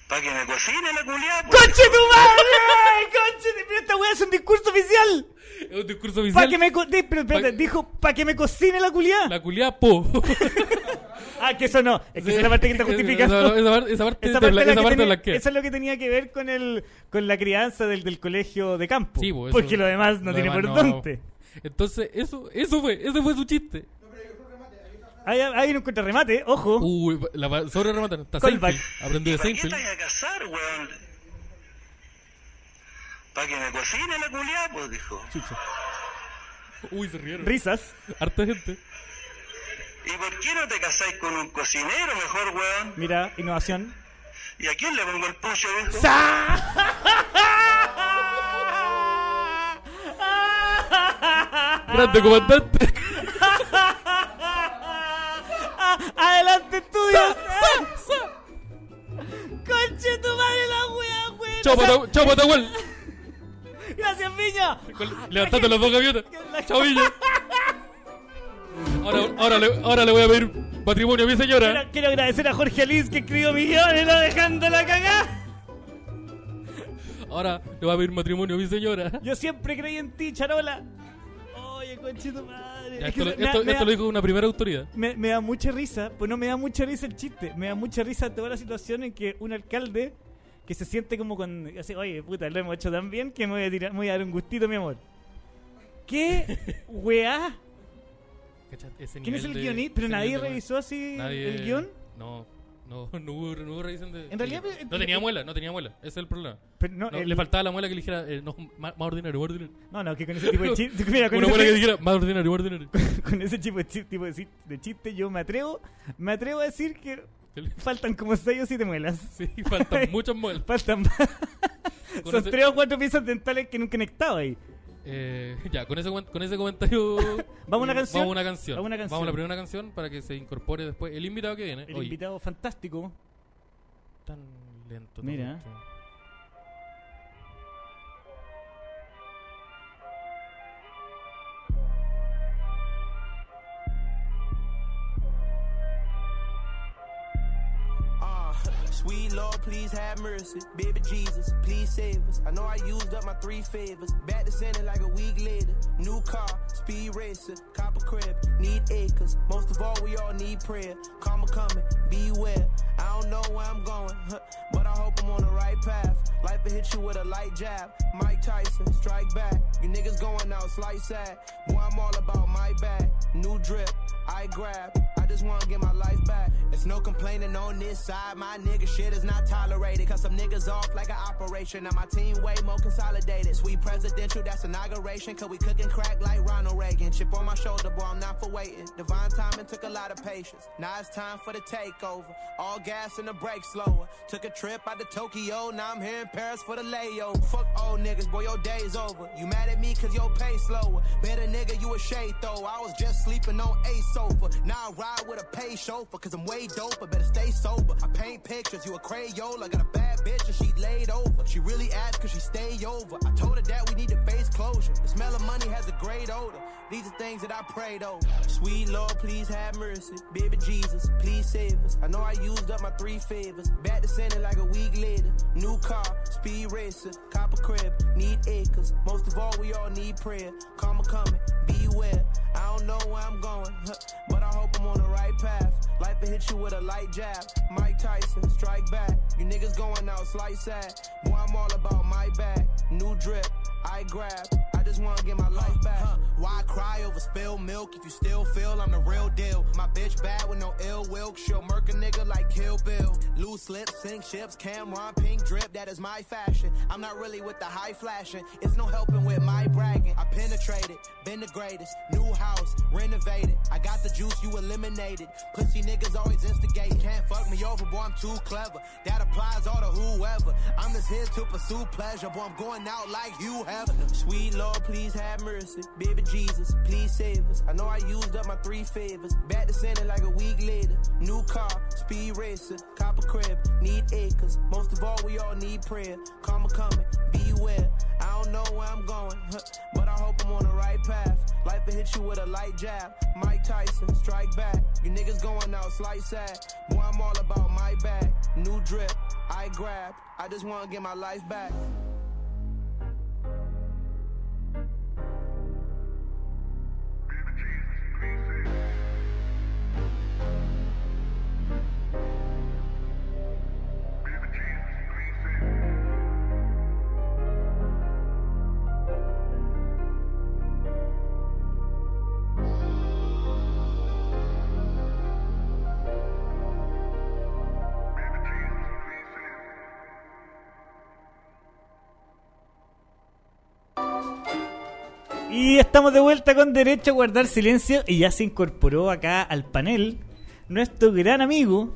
D: ¿Para que me cocine la culiada? pues?
C: ¡Conche tu madre! ¡Conche! tu- Pero esta weá es un discurso oficial.
B: Es un discurso oficial.
C: Pa' que me co- di- pero espérate,
B: Pa-
C: dijo, pa' que me cocine la culiá.
B: La culiá, po.
C: Ah, que eso no. Es que esa es la parte que está
B: Esa,
C: justificando.
B: esa parte, esa parte,
C: Esa
B: de
C: parte
B: bla-
C: es la
B: esa
C: que
B: parte
C: tenía-
B: blanquea.
C: eso es lo que tenía que ver con el con la crianza del, del colegio de campo.
B: Sí, po, eso-
C: porque lo demás no
B: lo
C: tiene
B: demás
C: por
B: no.
C: dónde.
B: Entonces, eso, eso fue, ese fue su chiste.
C: Hay, hay un contrarremate, ojo.
B: Uy, la va- sobre rematar. Está
C: Callback.
B: Seinfeld. Aprendí
D: ¿Y
B: de
D: para qué
B: Seinfeld.
D: estás a casar, weón? ¿Para que me cocine la culiada? Pues dijo.
B: Uy, se rieron.
C: Risas.
B: Harta gente.
D: ¿Y por qué no te casáis con un cocinero mejor, weón?
C: Mira, innovación.
D: ¿Y a quién le pongo el pollo, dijo?
B: Grande comandante.
C: Ah. ¡Adelante, estudios! ¡Conche tu madre la wea, wea!
B: Chao, Pata- chao, Patagual.
C: ¡Gracias, Viña!
B: Con- Levantando las dos gaviotas. Chao, Villa. Ahora, ahora, le, ahora le voy a pedir matrimonio a mi señora.
C: Quiero, quiero agradecer a Jorge Alice que escribió mi guión y lo dejando la cagá.
B: Ahora le voy a pedir matrimonio a mi señora.
C: Yo siempre creí en ti, Charola. Oye, conche tu madre.
B: Ya,
C: Es que
B: esto lo-
C: me da-
B: esto-
C: me da-
B: esto lo dijo una primera autoridad.
C: Me, me da mucha risa, pues no me da mucha risa el chiste, me da mucha risa toda la situación en que un alcalde que se siente como con. Así, Oye, puta, lo hemos hecho tan bien que me voy a, tirar, me voy a dar un gustito, mi amor. ¿Qué weá?
B: Cachate, ese
C: ¿Quién es
B: nivel
C: el
B: de-
C: guionista? Pero
B: ese
C: nadie
B: nivel de-
C: revisó así
B: Nadie-
C: el guión.
B: No, no, no hubo, no hubo revisión de.
C: En realidad,
B: de-
C: pero-
B: no tenía muela, no tenía muela. Ese es el problema.
C: Pero no,
B: No,
C: el-
B: Le faltaba la muela que le dijera, eh, no, más, más ordinario, más ordinario.
C: no, no, que con ese tipo de chiste. Mira, con
B: Una muela que
C: ese,
B: dijera, más ordinario, más ordinario.
C: con ese tipo de chiste, tipo de, chis- de chiste yo me atrevo, me atrevo a decir que faltan como 6 o 7 muelas.
B: Sí, faltan muchas muelas.
C: Faltan.
B: Con
C: Son
B: ese-
C: 3 o 4 piezas dentales que nunca han estado ahí.
B: Eh, ya, con ese, comen- con ese comentario.
C: ¿Vamos a una canción?
B: Vamos a una canción.
C: Vamos a una canción.
B: Vamos a la primera canción para que se incorpore después el invitado que viene.
C: El
B: Oye,
C: invitado fantástico.
B: tan lento. todo
C: Mira.
B: esto.
E: Ah, sweet Lord, please have mercy. Baby Jesus, please save us. I know I used up my three favors. Back to sending like a week later. New car, speed racer, copper crib, need acres. Most of all, we all need prayer. Karma coming, beware. I don't know where I'm going, huh, but I hope I'm on the right path. Life will hit you with a light jab. Mike Tyson, strike back. You niggas going out, slice sad. Boy, I'm all about my bag. New drip, I grab. I just wanna get my life back. There's no complaining on this side. My nigga shit is not tolerated. Cause some niggas off like an operation. Now my team way more consolidated. Sweet presidential, that's inauguration. Cause we cooking crack like Ronald Reagan. Chip on my shoulder, boy, I'm not for waiting. Divine timing took a lot of patience. Now it's time for the takeover. All gas and the brake slower. Took a trip out to Tokyo. Now I'm here in Paris for the layover. Fuck old niggas, boy, your day's over. You mad at me cause your pay slower. Better nigga, you a shade though. I was just sleeping on a sofa. Now I ride with a pay chauffeur cause I'm way dope, but better stay sober. I paint pictures, you a Crayola. Got a bad bitch and she laid over. She really asked cause she stayed over. I told her that we need to face closure. The smell of money has a great odor. These are things that I prayed over. Sweet Lord, please have mercy. Baby Jesus, please save us. I know I used up my three favors. Back to sending like a week later. New car, speed racer, copper crib, need acres. Most of all, we all need prayer. Karma coming, beware. I don't know where I'm going, but I hope I'm on the right path. Life will hit you with a light jab. Mike Tyson, strike back. You niggas going out, slight sad. Boy, I'm all about my back. New drip, I grab. I just wanna get my life back. Huh. Why cry over spilled milk if you still feel I'm the real deal? My bitch bad with no ill will. She'll murk a nigga like Kill Bill. Loose lips, sink ships, Cameron, pink drip. That is my fashion. I'm not really with the high flashing. It's no helping with my bragging. I penetrated, been the greatest. New house, renovated. I got the juice, you eliminated. Pussy niggas always instigate. Can't fuck me over, boy. I'm too clever. That applies all to whoever. I'm just here to pursue pleasure, boy. I'm going out like you have. Sweet Lord, please have mercy. Baby Jesus, please save us. I know I used up my three favors. Back to sending like a week later. New car, speed racer, copper crib, need acres. Most of all, we all need prayer. Karma coming, beware. I don't know where I'm going, but I hope I'm on the right path. Life will hit you with a light jab. Mike Tyson, strike back. You niggas going out, slight sad. Boy, I'm all about my back. New drip, I grab. I just wanna get my life back.
C: Y estamos de vuelta con Derecho a Guardar Silencio y ya se incorporó acá al panel nuestro gran amigo,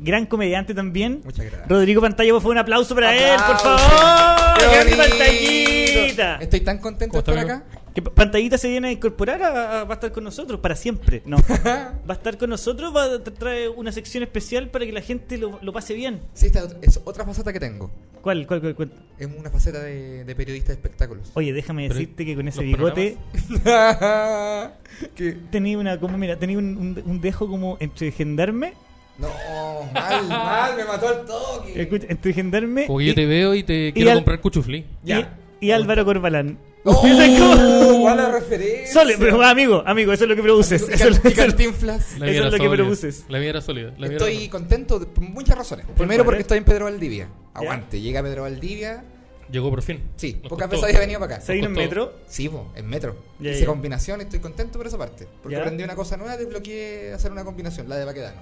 C: gran comediante también.
F: Muchas gracias.
C: Rodrigo Pantalla, Pues, fue un aplauso para él, por
F: Aplausos.
C: favor.
F: Ah, Qué
C: ¡Grande
F: bonito.
C: pantallita!
F: Estoy tan contento de
B: ¿Cómo
F: estar
B: está,
F: acá.
C: Que P- Pantallita se viene a incorporar, a- a- va a estar con nosotros para siempre. No, va a estar con nosotros, va a tra- traer una sección especial para que la gente lo, lo pase bien.
F: Sí, esta es otra faceta que tengo.
C: ¿Cuál, cuál, cuál, cuál?
F: Es una faceta de, de periodista de espectáculos.
C: Oye, déjame
B: Pero,
C: decirte que con ese
B: ¿los
C: bigote
F: que,
C: tenía una, como mira, tenía un, un- un dejo como entre gendarme,
F: no, mal, mal, me mató el toque.
C: escucha, entre gendarme
B: Como que yo te veo y te quiero
C: al-
B: comprar cuchuflí.
F: Ya.
C: y, y Álvaro Corbalán.
F: ¡Oh!
C: Dice, ¿cómo?
F: Mala referencia.
C: Sole, pero amigo, amigo, eso es lo que produces.
F: Y
C: Eso es
F: Car-
C: lo-
F: y Cantinflas.
B: La
C: Eso
B: mía
C: es
B: era
C: lo que
B: sólida.
C: produces.
B: La mía era sólida. La mía era
F: Estoy
B: sólida.
F: contento de- por muchas razones. Primero
C: cuál?
F: porque estoy en Pedro Valdivia. Aguante, llega Pedro Valdivia.
B: Llegó por fin.
F: Sí,
B: Nos
F: pocas
B: costó.
F: veces había venido para acá.
C: Se vino en
B: costó.
C: metro.
F: Sí, po, en metro.
C: Ya,
F: Hice
C: ya.
F: combinación, estoy contento por esa parte. Porque
C: Ya.
F: aprendí una cosa nueva, desbloqueé hacer una combinación, la de Baquedano.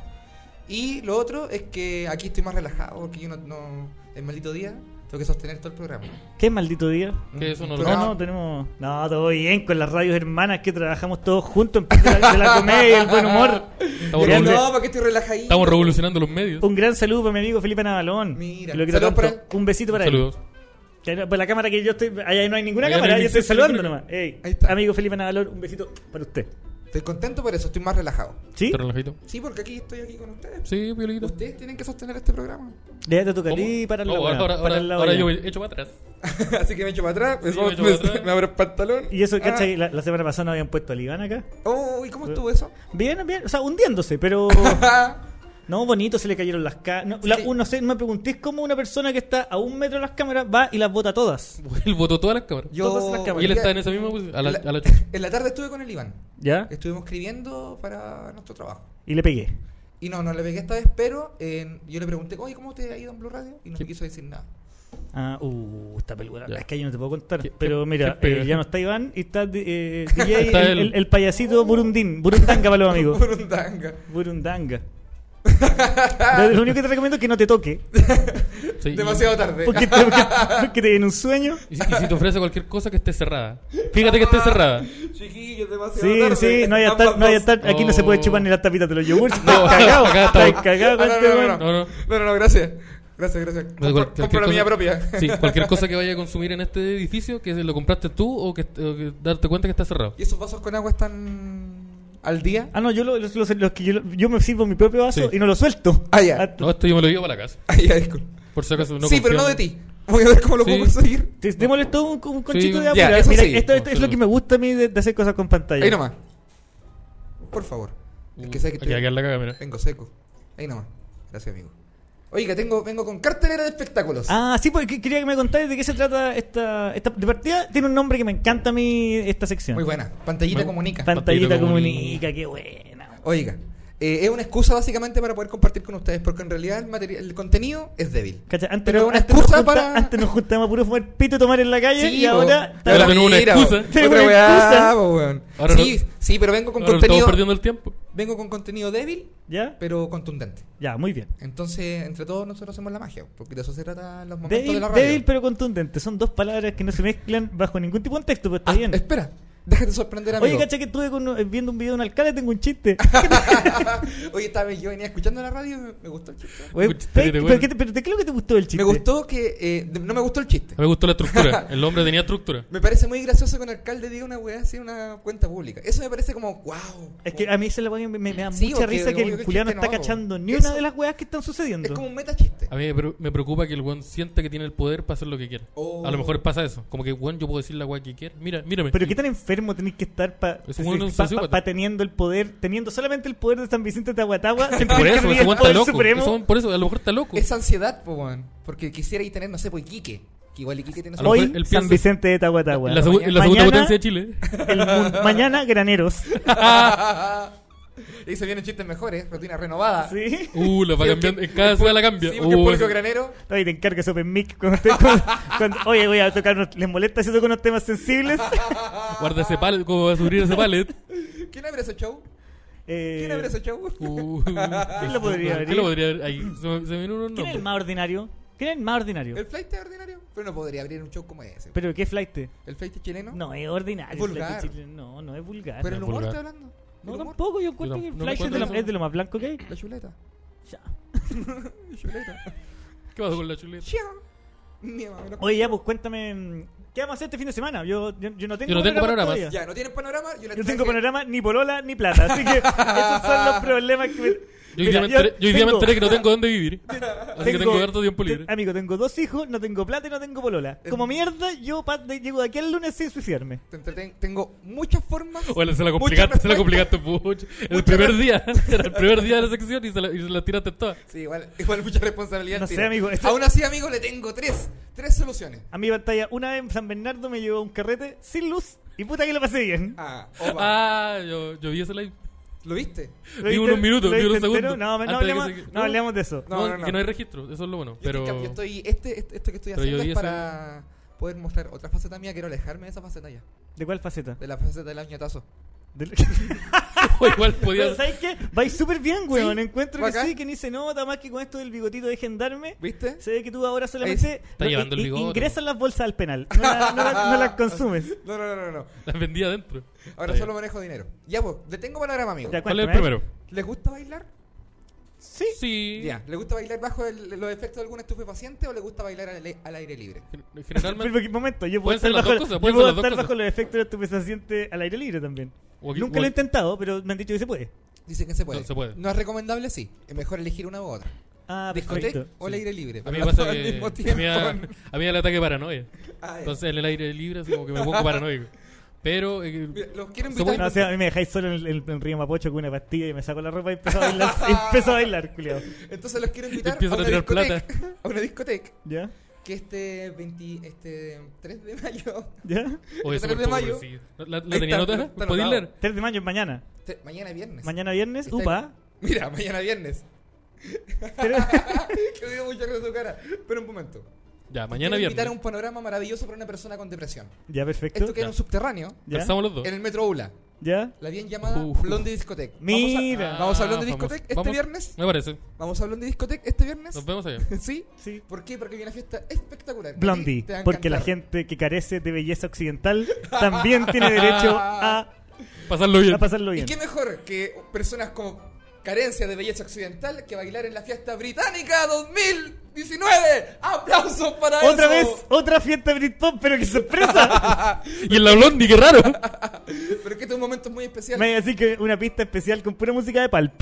F: Y lo otro es que aquí estoy más relajado porque yo no. no el maldito día tengo que sostener todo el programa.
C: Qué maldito día.
B: Que eso no
F: Un
B: lo-
C: No,
F: programa-
C: no, tenemos. No, todo bien con las radios hermanas que trabajamos todos juntos en pos de la, de la comedia y el buen humor.
B: Estamos,
F: Mira,
C: Grande.
B: revolu-
F: no, porque estoy relajadito.
B: estamos revolucionando los medios.
C: Un gran saludo para mi amigo Felipe Navalón.
F: Mira,
C: que lo quiero
F: saludos
C: tanto.
F: para él.
C: Un besito para
B: Saludos.
C: él. Que no- Para la cámara que yo estoy. Allá no hay ninguna
B: Allá no
C: cámara,
B: hay
C: yo estoy
B: ningún-
C: saludando nomás. Ey,
F: Ahí está.
C: Amigo Felipe Navalón, un besito para usted.
F: Estoy contento por eso, estoy más relajado.
C: ¿Sí?
B: ¿Te relajito?
F: Sí, porque aquí estoy aquí con ustedes.
B: Sí, violito.
F: Ustedes tienen que sostener este programa.
C: Ya te toca a
B: ¿Cómo?
C: ti para el
B: Oh,
C: lado.
B: ahora, ahora,
C: para el lado
B: ahora
C: ya.
B: yo he hecho para atrás.
F: Así que me echo para atrás, me,
B: Sí, me echo
F: me-
B: para atrás.
F: me abro el pantalón.
C: Y eso,
F: Ah.
C: ¿cachai? Eh. La, la semana pasada no habían puesto al Iván acá.
F: Oh, ¿y cómo estuvo eso?
C: Bien, bien, o sea, hundiéndose, pero. No, bonito, se le cayeron las cámaras. No, la-
F: Sí.
C: no sé, no me preguntéis cómo una persona que está a un metro de las cámaras va y las bota todas.
B: Él votó todas las cámaras.
F: Yo-
C: Todas las cámaras.
B: Y él
F: el
B: está
F: día-
B: en esa misma posición. A la,
F: en la-
B: a la chucha.
F: en la tarde estuve con el Iván.
C: ¿Ya?
F: Estuvimos escribiendo para nuestro trabajo.
C: Y le pegué.
F: Y no, no le pegué esta vez, pero eh, yo le pregunté, oye, ¿cómo te ha ido en Blue Radio? Y no me quiso decir nada.
C: Ah, uh, esta película.
B: Ya.
C: Es que yo no te puedo contar.
B: ¿Qué-
C: pero
B: qué-
C: mira,
B: qué pega?
C: eh, ya no está Iván y está eh, DJ,
B: Está
C: el,
B: él.
C: el- el payasito Burundín. Burundanga para los amigos.
F: Por un tanga.
C: Burundanga. Lo- Lo único que te recomiendo es que no te toque.
B: Sí, y-
F: Demasiado tarde.
C: Porque te, porque, porque te viene un sueño.
B: Y, si- y si te ofrece cualquier cosa que esté cerrada. Fíjate que esté cerrada.
F: Chiquillos, demasiado
C: Sí,
F: tarde.
C: sí, no hay
F: Ambas
C: estar, no hay
F: dos.
C: estar. Aquí no se puede
B: Oh.
C: chupar ni las tapitas de los yogurts.
B: No,
C: No, cagado,
B: acá
C: está
B: estamos.
C: cagado con
F: Ah, no,
C: este
F: no, no,
C: weón.
B: No, no.
F: No, no, no, gracias. Gracias, gracias.
B: Cual-
F: Compro,
B: cualquier
F: compro la
B: cosa-
F: mía propia.
B: Sí, cualquier cosa que vaya a consumir en este edificio, que lo compraste tú o que, o que darte cuenta que está cerrado.
F: ¿Y esos vasos con agua están al día.
C: Ah, no, yo, lo- los- los- los que yo, lo- yo me sirvo mi propio vaso
B: Sí.
C: y no lo suelto.
F: Ah, ya.
C: Hasta-
B: No, esto yo me lo llevo para la casa.
F: Ay, ya, disculpa.
B: Por si acaso no
F: sí, pero
B: confío
F: no de
B: en-
F: ti. Voy a ver cómo lo
B: Sí.
F: puedo conseguir.
C: ¿Te, te molestó un, un conchito de
B: ya,
C: agua? Mira,
F: eso
C: mira,
F: sí.
C: esto, esto es lo
B: Absolutamente.
C: que me gusta a mí de, de hacer cosas con pantalla.
F: Ahí nomás. Por favor.
C: Mm,
F: Es que sabes que
B: Aquí,
F: estoy-
B: aquí en la caga, mira.
F: vengo seco. Ahí nomás. Gracias, amigo. Oiga, tengo, vengo con cartelera de espectáculos.
C: Ah, sí, porque quería que me contáis de qué se trata esta, esta de partida. Tiene un nombre que me encanta a mí esta sección.
F: Muy buena. Pantallita
B: Me-
F: comunica.
C: Pantallita
B: Pantallita
C: comunica, qué buena.
F: Oiga, eh, es una excusa básicamente para poder compartir con ustedes, porque en realidad el, material, el contenido es débil.
C: Cacha, antes,
F: Pero
C: no-
F: una
C: antes nos
F: excusa
C: junta-
F: para-
C: antes nos juntábamos a puro fumar pito y tomar en la calle y
F: po.
C: ahora
B: Ahora
C: estamos-
B: tenemos una
F: Mira,
B: excusa.
F: po.
C: Tenemos
F: Otra
C: una
F: weá,
C: excusa.
F: po, weón.
B: Ahora
F: Sí,
B: no-
F: sí, pero vengo con
B: Ahora estamos
F: contenido.
B: perdiendo el tiempo.
F: Vengo con contenido débil,
C: ¿Ya?
F: pero contundente.
C: Ya, muy bien.
F: Entonces, entre todos nosotros hacemos la magia, porque de eso se trata los momentos
C: Débil,
F: de la radio.
C: débil pero contundente. Son dos palabras que no se mezclan bajo ningún tipo de contexto, pero está
F: Ah,
C: bien.
F: Espera, déjate sorprender a
C: Oye, cacha que estuve con- viendo un video de un alcalde, tengo un chiste.
F: Oye, estaba, yo venía escuchando la radio, me, me gustó el chiste.
C: Oye,
B: Un chiste
C: pero,
B: de
C: pero
B: bueno.
C: ¿qué te, pero te creo que te gustó el chiste.
F: Me gustó que. eh, de- no me gustó el chiste.
B: A mí me gustó la estructura. El hombre tenía estructura.
F: Me parece muy gracioso que un alcalde diga una weá así en una cuenta pública. Eso me parece como, wow.
C: Es que a mí esa es la weá que me, me da
F: Sí,
C: mucha
F: porque
C: risa que
F: obvio que
C: el
F: el
C: culiano
F: chiste
C: está
F: no,
C: cachando ni
F: eso-
C: una de las weas que están sucediendo.
F: Es como un metachiste.
B: A mí me pre- me preocupa que el weón sienta que tiene el poder para hacer lo que quiera.
F: Oh.
B: A lo mejor pasa eso. Como que, weón, yo puedo decir la weá que quiera. Mira, mírame.
C: Pero qué tan enfermo tenés que estar para
B: Es Pues un weón sociópata.
C: teniendo el poder, teniendo solamente el poder de San Vicente de Tahuatahua, sentir
B: Por
C: que
B: eso,
C: tenés
B: ese
C: el
B: weón está
C: poder
B: loco. Ese
C: supremo.
B: weón, por eso, a lo mejor está loco.
F: Es ansiedad, po, weón. Porque quisiera ir tener, no sé, pues Iquique. Que igual Iquique tiene
B: A
F: su.
B: lo mejor
C: Hoy,
B: él piensa-
C: San Vicente de Tahuatahua.
B: En la, segu- en la segunda
C: Mañana-
B: potencia de Chile.
C: el mun- mañana, graneros.
F: y se vienen chistes mejores, rutina renovada.
C: ¿Sí?
B: Uh, la va
F: Sí,
B: cambiando.
F: porque-
B: En cada ciudad la cambia.
F: Sí, porque el
B: Uh,
F: público
B: ese-
F: granero.
C: Oye, te encargas Open Mic. Cuando te- cuando- cuando- oye, voy a tocar. unos- ¿Les molesta si toco unos temas sensibles?
B: Guarda ese palet, cómo va a subir ese palet.
F: ¿Quién abre ese show?
C: Eh,
F: ¿Quién abre ese show?
B: Uh,
C: ¿Quién lo podría abrir?
B: ¿Quién lo podría abrir? Ahí se me, se me vino un
C: ¿Quién es el
B: nombre.
C: más ordinario? ¿Quién es el más ordinario?
F: ¿El flight es ordinario? Pero no podría abrir un show como ese.
C: ¿Pero qué flight?
F: ¿El flight es chileno?
C: No, es ordinario.
F: Vulgar.
C: flight chileno. No, no es vulgar.
F: Pero el
B: Ah, No,
F: humor
B: vulgar.
F: estoy hablando.
C: no,
F: ¿El humor?
C: tampoco. Yo encuentro
B: Yo
C: que el
B: no
C: flight es, de
B: encuentro
C: lo,
B: eso.
C: es de lo más blanco que hay.
F: La chuleta.
C: Ya.
F: chuleta.
B: ¿Qué pasó con la chuleta?
F: Chia. Ni más, no.
C: Oye, ya, pues cuéntame. mm, ¿Qué vamos a hacer este fin de semana? Yo, yo, yo no tengo
B: Yo no tengo panoramas.
C: todavía.
F: Ya, ¿no tienen panorama? Yo, les
C: Yo
F: traje-
C: tengo panorama ni polola ni plata. Así que esos son los problemas que me.
B: Yo hoy día
C: Mira,
B: me enteré- yo hoy día me
C: tengo-
B: enteré que no tengo dónde vivir. Así que tengo harto tiempo libre.
C: te- amigo, tengo dos hijos, no tengo plata y no tengo polola. Como mierda, yo pa- de- llego de aquí al lunes sin suicidarme.
F: Te entreten- Tengo muchas formas.
B: Bueno, se la
F: muchas
B: complicaste, se la
F: respuestas.
B: complicaste mucho. El primer día, era el primer día de la sección y se la, y se la tiraste toda.
F: Sí, igual, igual mucha responsabilidad.
C: No
F: tiene.
C: sé, amigo, esto-
F: Aún así, amigo, le tengo tres. Tres soluciones.
C: A mi pantalla, una vez en San Bernardo me llevó a un carrete sin luz y puta que lo pasé bien.
F: Ah, opa.
B: Ah, yo, yo vi ese live.
F: ¿Lo viste?
C: Lo
B: vi
C: hice-
B: unos minutos,
C: lo
B: vi
C: hice
B: unos
C: entero.
B: segundos.
C: No, no,
B: Antes de que
C: hablemos,
B: se-
C: no hablemos de eso.
F: No,
B: No,
F: no, no.
B: que no hay registro, eso es lo bueno.
F: Yo
B: Pero
F: estoy, yo estoy- este, este- esto que estoy
B: Pero
F: haciendo
B: yo
F: es
B: vi
F: para poder mostrar otra faceta mía. Quiero alejarme de esa faceta ya.
C: ¿De cuál faceta?
F: De la faceta del añatazo.
C: Del-
B: igual podía.
C: Pero ¿sabes qué? Vais súper bien, weón.
F: Sí,
C: Encuentro
F: bacán.
C: que sí, que ni se nota más que con esto del bigotito de gendarme.
F: ¿Viste?
C: Se ve que tú ahora solamente
B: Está llevando el
C: i- i-
B: bigote.
C: ingresas las bolsas al penal. No, la- no la- no las consumes.
F: No, no, no, no. no.
B: Las vendía adentro.
F: Ahora
B: Está
F: solo manejo dinero. Ya, pues, le tengo panorama, amigo.
C: Ya,
B: ¿Cuál es el
C: cuéntame, ¿eh?
B: primero?
F: ¿Les gusta bailar?
C: Sí.
B: Sí.
F: Ya. ¿Les gusta bailar bajo el- los efectos de algún estupefaciente o les gusta bailar al, al aire libre?
B: Gen-
C: Pero,
B: Generalmente.
C: pero, momento, yo puedo
B: Pueden
C: estar
B: ser las
C: bajo,
B: dos cosas,
C: yo
B: pueden
C: puedo
B: ser las dos
C: estar
B: cosas.
C: bajo los efectos estupefacientes al aire libre también.
B: O aquí-
C: Nunca
B: o-
C: lo he intentado, pero me han dicho que se puede.
F: Dicen que se puede.
B: No, se puede.
F: No es recomendable, sí. Es mejor elegir una u otra.
C: Ah,
F: Discoteca
C: perfecto.
F: o al aire libre.
B: A mí me
F: Pero
B: pasa
F: todo al
B: que.
F: mismo
B: A mí, a,
F: tiempo.
B: a mí el ataque de paranoia.
F: Ah, ya.
B: Entonces en el aire libre, así como que me pongo paranoico. Pero. eh,
F: Mira, los quiero
B: se puede-
F: invitar.
C: No, o sea, a mí me dejáis solo en, el- en el río Mapocho con una pastilla y me saco la ropa y empiezo a bailar, y empiezo a bailar, culiao.
F: Entonces los quiero invitar a
B: Empiezan a
F: una,
B: tirar
F: discoteca, a una discoteca
C: ¿Ya?
F: que este, 20, este 3 de mayo,
C: ¿Ya?
B: o
F: el
B: ese
F: 3 de
B: cuerpo,
F: mayo.
B: sí. ¿La, la
F: Ahí
B: tenía
F: está,
B: anotada?
F: está
B: ¿Podéis
F: anotado.
B: leer?
C: 3 de mayo es mañana.
F: te- mañana viernes.
C: Mañana viernes,
F: Está-
C: upa.
F: Mira, mañana viernes.
C: Pero-
F: que me dio mucha risa tu cara. Pero un momento.
B: Ya,
F: quiero
B: mañana
F: invitar a un
B: viernes.
F: panorama maravilloso para una persona con depresión.
C: ya, perfecto.
F: Esto queda en
B: Ya.
F: un subterráneo,
C: ¿Ya?
B: Pasamos los dos.
F: en el metro ULA.
C: ¿Ya?
F: La bien llamada
B: Uh.
F: Blondie Discotec.
C: Mira.
F: Vamos a, vamos a Blondie
B: Ah,
F: Discotec este
B: vamos.
F: viernes.
B: Me parece.
F: Vamos a Blondie Discotec este viernes.
B: Nos vemos allá.
F: ¿Sí?
C: Sí.
F: ¿Por qué? Porque viene una fiesta espectacular. A ti
C: Blondie,
F: te va a
C: porque la
F: encantar.
C: gente que carece de belleza occidental también tiene derecho a,
B: Pasarlo bien.
C: a pasarlo
F: ¿Y
C: bien.
F: qué mejor que personas como Carencia de belleza occidental que bailar en la fiesta británica 2019. Aplausos para
C: Otra vez,
F: eso.
C: otra fiesta Britpop, pero qué sorpresa.
B: Y en la Blondie, qué raro.
F: Pero es que este es un momento muy especial.
C: Me voy a decir que una pista especial con pura música de Palp.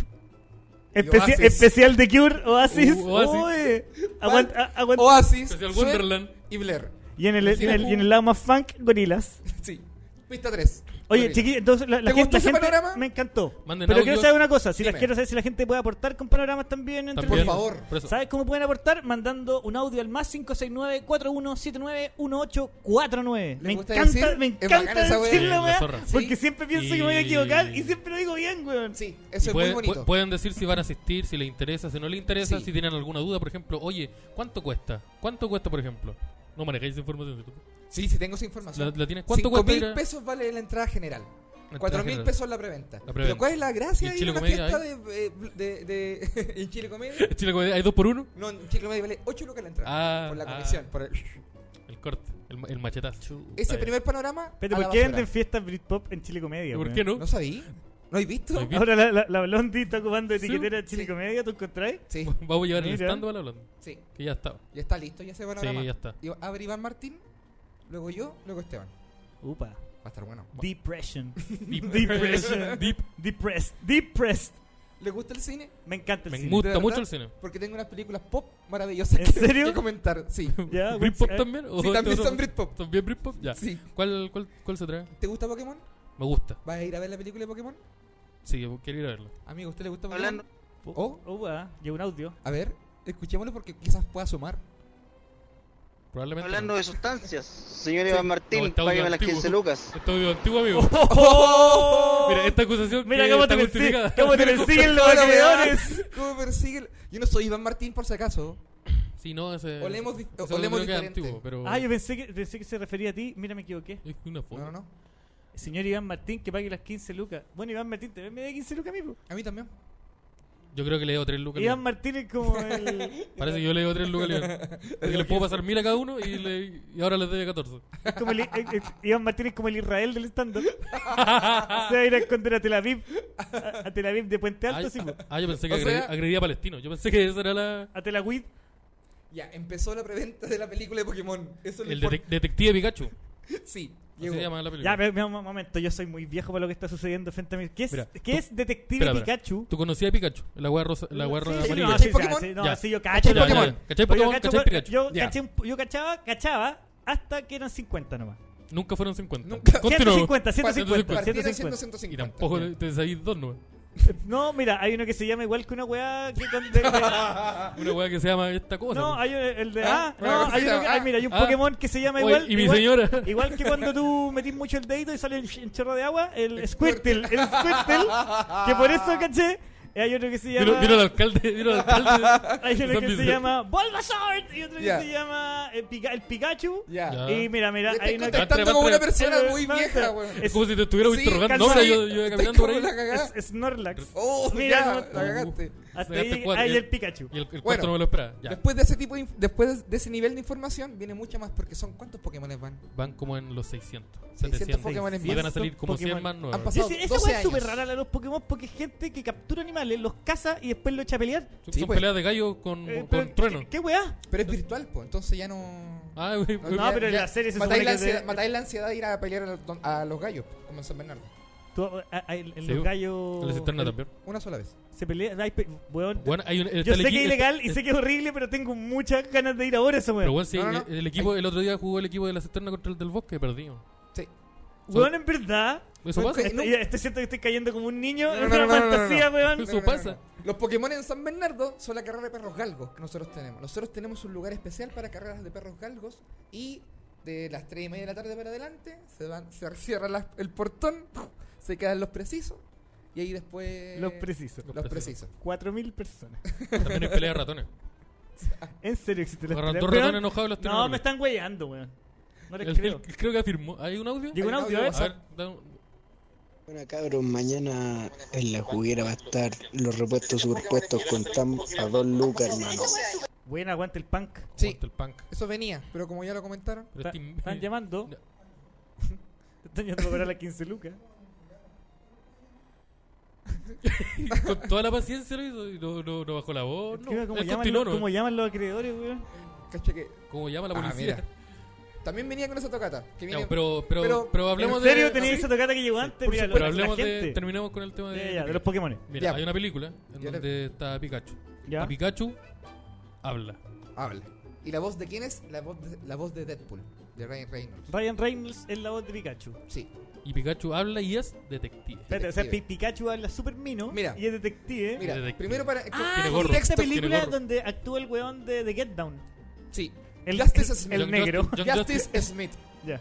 C: Especi-
F: Oasis.
C: especial de Cure, Oasis.
B: Uh, Oasis.
C: Oye,
F: Pulp,
C: aguanta- a- aguanta.
F: Oasis,
B: Especial
F: Sweat
B: Wonderland.
F: y Blair.
C: Y en el, en el- y en el lado más funk, gorilas.
F: Sí. Pista 3.
C: Oye, chiquillos, entonces la, la
F: ¿Te
C: gente,
F: gustó
C: la
F: ese
C: gente-
F: panorama?
C: me encantó.
B: Manden
C: Pero quiero
B: audios.
C: saber una cosa, si las
F: Dime.
C: quiero saber si la gente puede aportar con panoramas también entre
B: También.
F: Por favor.
B: Por eso.
C: ¿Sabes cómo pueden aportar? Mandando un audio al más 569-4179-1849.
F: ¿Les
C: Me
F: gusta
C: encanta,
F: decir?
C: me
F: Es
C: encanta
F: bacana esa wea.
B: Sí,
C: decirlo,
B: la
C: weá,
B: zorra.
C: porque
F: Sí.
C: siempre pienso
B: Y-
C: que me voy a equivocar y siempre lo digo bien, weón.
F: Sí, eso es
B: Y pueden-
F: muy bonito.
B: pu- Pueden decir si van a asistir, si les interesa, si no les interesa,
F: Sí.
B: si tienen alguna duda, por ejemplo, oye, ¿cuánto cuesta? ¿Cuánto cuesta, por ejemplo? No manejáis esa información. ¿cierto?
F: Sí, sí, tengo esa información.
B: ¿La- la tienes? ¿Cuánto
F: Cinco
B: cuesta ir
F: mil
B: a-
F: pesos vale la entrada general.
B: La
F: Cuatro
B: entrada
F: mil
B: general.
F: pesos la preventa.
B: preventa.
F: Pero ¿cuál es la
B: ¿Y
F: gracia
B: en
F: de ir
B: Chile
F: a una
B: Comedia
F: fiesta de, de, de- en Chile Comedia?
B: Chile, ¿hay dos por uno?
F: No, en Chile Comedia vale 8 lucas la entrada.
B: Ah,
F: por la
B: ah.
F: comisión. por el-
B: El corte, el, ma- el machetazo.
F: Ese
B: Está bien.
F: primer panorama.
C: Pero
F: a
C: ¿por
F: la
C: qué
F: basura.
C: venden fiestas Britpop en Chile Comedia?
B: ¿Y por
C: weón?
B: qué no?
F: ¿No sabí? ¿No habéis visto?
B: No hay vi-
C: Ahora la, la, la Blondie está ocupando etiquetera de Chile
F: sí.
C: Comedia, ¿tú encontráis?
F: Sí,
B: Vamos a llevar el
C: Mira.
B: stand a la Blondie,
F: sí.
B: que ya está.
F: Ya está listo, ya se panorama.
B: Sí, ya está.
F: Y abre Iván Martín, luego yo, luego Esteban.
C: Upa.
F: Va a estar bueno.
C: Depression.
B: Deep.
C: Depression.
B: Deep.
C: Depressed. Depressed.
F: ¿Le gusta el cine?
C: Me encanta el
B: Me
C: cine.
B: gusta
F: ¿De
B: mucho
F: verdad?
B: el cine.
F: Porque tengo unas películas pop maravillosas
C: ¿En
F: que,
C: serio?
F: que comentar. Sí.
C: Ya,
B: ¿Britpop
C: eh,
B: también? ¿O
F: sí, también
B: este
F: son
B: otro?
F: Britpop.
B: ¿También Britpop? Ya.
F: Sí.
B: ¿Cuál, cuál, ¿Cuál se trae?
F: ¿Te gusta Pokémon?
B: Me gusta.
F: ¿Vas a ir a ver la película de Pokémon?
B: Sí, quiero ir a verlo.
F: Amigo, ¿a ¿usted le gusta Pokémon?
D: Hablando.
F: Oh,
C: Upa. Llegó un audio.
F: a ver, escuchémoslo porque quizás pueda sumar.
B: Probablemente.
G: Hablando
B: no.
G: de sustancias, señor Iván
B: No,
G: Martín,
B: está
G: págame
B: audio
G: las
B: antiguo.
G: 15 lucas.
B: Este audio antiguo,
C: Oh,
B: amigo.
F: Oh.
B: Mira, esta acusación.
C: Mira
B: que
C: cómo
B: está
C: te, persigue,
B: justificada.
C: cómo te persiguen los
F: Pero, weón,
C: acreedores.
F: ¿Cómo persigue? el- Yo no soy Iván Martín por si acaso.
B: Sí, no, ese.
F: Olemos di-
B: ese audio
F: olemos
B: creo que es
F: diferente.
B: antiguo, pero.
C: Ah, yo pensé que, pensé que se refería a ti. Mira, me equivoqué.
B: Es una
F: No,
B: foto.
F: no, no.
C: Señor Iván Martín, que pague las 15 lucas. Bueno, Iván Martín, te me da 15 lucas a mí. po.
F: A mí también.
B: Yo creo que le debo tres lucas.
C: Iván
B: León.
C: Martín es como el,
B: Parece que yo le debo tres lucas. a León. Porque les puedo pasar mil a cada uno y, le- y ahora les debo 14.
C: es como el- eh, eh, Iván Martín es como el Israel del stand-up. se va a ir a esconder a Tel Aviv. A, a Tel Aviv de Puente
B: Ah,
C: Alto, sí. po.
B: ah, yo pensé que
F: O sea-
B: agredía, agredía a palestino. Yo pensé que esa era la.
C: A Tel Aviv.
F: Ya, empezó la preventa de la película de Pokémon. Eso es lo
B: El
F: importante.
B: detec- detective Pikachu.
F: Sí,
B: Así
F: llegó.
B: se llama la película.
C: Ya, pero, pero, un momento, yo soy muy viejo para lo que está sucediendo frente a mí. ¿Qué es,
B: Mira,
C: ¿qué
B: tú-
C: es Detective
B: Espera, espera.
C: Pikachu?
B: ¿Tú conocías a Pikachu? La wea rosa, la wea rosa
C: Sí, sí,
B: amarilla.
C: No, sí,
F: ¿Cachai
C: sí,
F: Pokémon?
C: sí, no,
B: Ya.
C: sí, yo
F: ¿Cachai
C: cacho el
B: Ya, ya,
C: Pokémon.
B: ya. ¿Cachai
C: Pero yo
B: Pokémon?
C: cacho
B: ¿Cachai
C: por-
B: Pikachu?
C: Yo,
F: Ya.
C: caché un- yo cachaba, cachaba hasta que eran 50 nomás.
B: Nunca fueron 50.
F: Nunca.
B: Continuo.
C: 150, 150,
F: Partieron
C: 150.
F: siendo
B: Y
F: 150.
B: tampoco te sabís dos, ¿no?
C: No, mira, hay uno que se llama igual que una weá que con- de- de-
B: Una wea que se llama esta cosa.
C: No,
B: pues.
C: hay un- el de
F: Ah,
C: ah,
F: una
C: no, hay
F: cosita,
C: uno que,
F: ah,
C: ay, mira, hay un
B: ah.
C: Pokémon que se llama
B: Oye,
C: igual
B: y mi
C: igual-
B: señora.
C: Igual que cuando tú metís mucho el dedito y sale el ch- el chorro de agua, el Squirtle, el Squirtle, que por eso caché. Hay otro que se llama
B: Dilo, dilo al alcalde. Dilo al alcalde.
C: Hay
B: San
C: uno que se
B: Vicente.
C: llama Bulbasaur y otro
F: Ya.
C: que se llama eh, Pika- el Pikachu.
F: Ya. este
B: Ya.
C: Y mira, mira,
F: Te
C: hay
F: estoy
C: uno que
B: contactando Matra,
F: contestando como una
B: matra.
F: persona muy
C: Matra.
F: vieja, weón.
C: Es-
B: Es como si te estuviera
F: Sí,
B: interrogando. No,
C: calzado.
B: mira, yo, yo iba
F: Estoy
B: caminando por
F: como
B: ahí.
F: la cagá.
C: es Snorlax.
F: Oh,
C: Mira,
F: ya,
C: no-
F: la cagaste.
C: Hasta
B: Sacaste
C: ahí
B: cuatro,
C: hay
B: ya.
C: el Pikachu.
B: Y el, el cuarto
F: Bueno.
B: no me lo esperaba. Ya.
F: Después de ese tipo de inf- después de ese nivel de información viene mucha más porque son cuántos Pokémon van.
B: Van como en los 600.
F: 600
B: 700.
F: Pokémon en
B: y van a
C: más.
B: salir como 100
C: Pokémon.
B: más
F: Han
B: nuevos.
F: pasado
C: Sí, sí, esa
F: 12
C: weá es
F: años.
C: súper rara la de los Pokémon porque es gente que captura animales, los caza y después los echa a pelear.
B: Son
F: Sí,
B: son
F: pues.
B: peleas de gallo Eh, con,
C: Eh, pero
B: con trueno.
C: ¿Qué, qué weá?
F: Pero es virtual, pues, entonces ya no
B: Ah, güey, güey.
C: No, pero en la serie se
F: matáis
C: supone
F: la,
C: que es de-
F: ansiedad, matáis la ansiedad de ir a pelear a los, don- a los gallos, como en San Bernardo.
C: Tú, a- a- el, el
B: Sí,
C: los gallos.
B: en la cisterna
C: el-
B: también.
F: Una sola vez.
C: Se pelea. ay, pe- weón,
B: Bueno, hay un, está
C: yo
B: el
C: sé
B: equi-
C: que es ilegal
B: está-
C: y sé que es horrible, pero tengo muchas ganas de ir ahora a esa weá.
B: Pero bueno, sí,
F: No, no, no.
B: El, el equipo, el otro día jugó el equipo de la cisterna contra el del bosque, perdimos.
F: Sí.
C: Weón, en verdad.
B: Eso
F: Fue-
B: pasa.
F: fue-
C: Estoy,
F: no.
C: estoy- siento que estoy cayendo como un niño
F: No,
C: en
F: no,
C: una
F: no, no, no,
C: fantasía,
F: no.
C: weón.
B: No, Eso pasa.
F: Los Pokémon en San Bernardo son la carrera de perros galgos que nosotros tenemos. Nosotros tenemos un lugar especial para carreras de perros galgos y de las 3 y media de la tarde para adelante se van, se cierra las- el portón, se quedan los precisos y ahí después
C: Los precisos.
F: los precisos.
C: 4.000 personas.
B: También hay pelea de ratones.
C: ¿En serio existe la
B: Agarran
C: pelea?
B: dos
C: Weón,
B: ratones enojados y los tiran
C: No,
B: al río.
C: me están weyando, weón. No les
B: El-
C: creo.
B: el- creo que afirmó. ¿Hay un audio?
C: Llegó un
F: Hay un
C: audio, a
F: audio
C: ver.
B: A ver, da un-
H: Bueno cabros, mañana en la juguera va a estar los repuestos superpuestos con tam a dos lucas, hermano.
C: Bueno, aguante el punk.
F: Sí,
B: aguanta el punk.
F: eso venía, pero como ya lo comentaron,
B: Pero
C: Ta-
B: este-
C: Están llamando.
B: Ya.
C: Te Están llamando para las 15 lucas.
B: Con toda la paciencia lo hizo y no, no, no bajó la voz. Oh, No. Eh,
C: ¿Qué- ¿Cómo,
B: Él
C: llaman,
B: continuó,
C: los-
B: ¿no?
C: cómo llaman los acreedores, weón?
F: Cacha que.
B: Como llama la
F: Ah,
B: policía.
F: mira. También venía con esa tocata. Que viene-
B: Ya, pero, pero, pero,
F: pero-
B: hablemos
C: ¿En serio
B: de. ¿Ah,
C: tenía esa tocata que llegó antes?
F: por
C: Mira,
B: Pero
C: la- la
B: hablemos de.
C: gente.
B: Terminamos con el tema de.
C: Ya, ya, de los
B: Pikachu.
C: Pokémon.
B: Mira,
F: Ya.
B: hay una película en
F: Ya le-
B: donde está Pikachu.
C: Ya.
B: A Pikachu habla.
F: Habla. ¿Y la voz de quién es? La voz de, la voz de Deadpool, de Ryan Reynolds.
C: Ryan Reynolds es la voz de Pikachu.
F: Sí.
B: Y Pikachu habla y es detective.
C: Espérate, o sea, Pi-
F: Detective.
C: Pikachu habla super mino
F: Mira.
C: y es detective.
F: Mira,
B: Detective.
F: primero para.
C: Ah,
B: Tiene
C: ¿viste
B: gorro.
C: esta
B: Tiene
C: película
B: gorro.
C: donde actúa el weón de The Get Down.
F: Sí.
C: El-
F: Justice
C: el-
F: Smith.
C: el- negro.
B: Justin- John
F: Justice
B: Justin-
F: Smith.
C: Ya.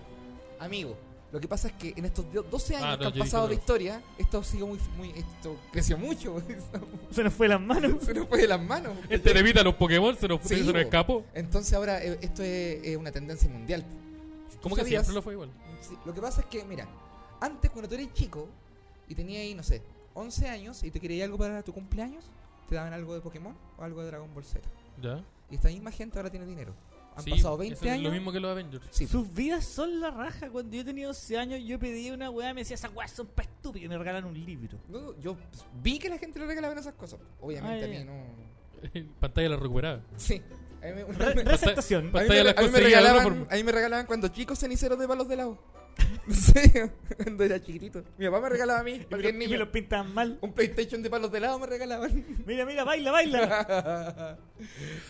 F: Amigo, lo que pasa es que en estos do- 12 años
B: Ah, no,
F: que han
B: yo
F: pasado
B: dije
F: de
B: dos.
F: historia, esto sigue muy, muy. Esto creció mucho.
C: Se nos fue las manos.
F: se nos fue de las manos.
B: El televita, los Pokémon se nos,
F: Sí,
B: se nos
F: po.
B: escapó.
F: Entonces ahora eh, esto es, es una tendencia mundial.
B: Como que
F: sabías?
B: siempre lo fue igual.
F: Sí, Lo que pasa es que, mira, antes cuando tú eres chico y tenías ahí, no sé, 11 años y te querías algo para tu cumpleaños, te daban algo de Pokémon o algo de Dragon Ball Z.
B: Ya.
F: Y esta misma gente ahora tiene dinero. Han
B: Sí,
F: pasado
B: eso
F: 20
B: es
F: años.
B: Lo mismo que los Avengers.
F: Sí,
C: Sus vidas son la raja. Cuando yo tenía 12 años, yo pedí una weá, me decía, esas weas son pa' estúpidas", y me regalan un libro.
F: no, yo pues, vi que la gente le regalaban esas cosas. Obviamente
C: Ay,
F: a mí no.
B: Pantalla la recuperada.
F: Sí. A mí me, una-
C: Re-
F: a
C: receptación.
F: mí me-
B: Pantalla la
F: a mí me
B: conseguía de otra
F: regalaban,
B: forma.
F: a mí me regalaban cuando chicos ceniceros de palos de lado. Sí, cuando era chiquitito. Mi papá me regalaba a mí,
C: Y me,
F: cualquier
C: lo- y
F: niño,
C: me lo pintaban mal.
F: un PlayStation de palos de lado me regalaban.
C: Mira, mira, baila, baila.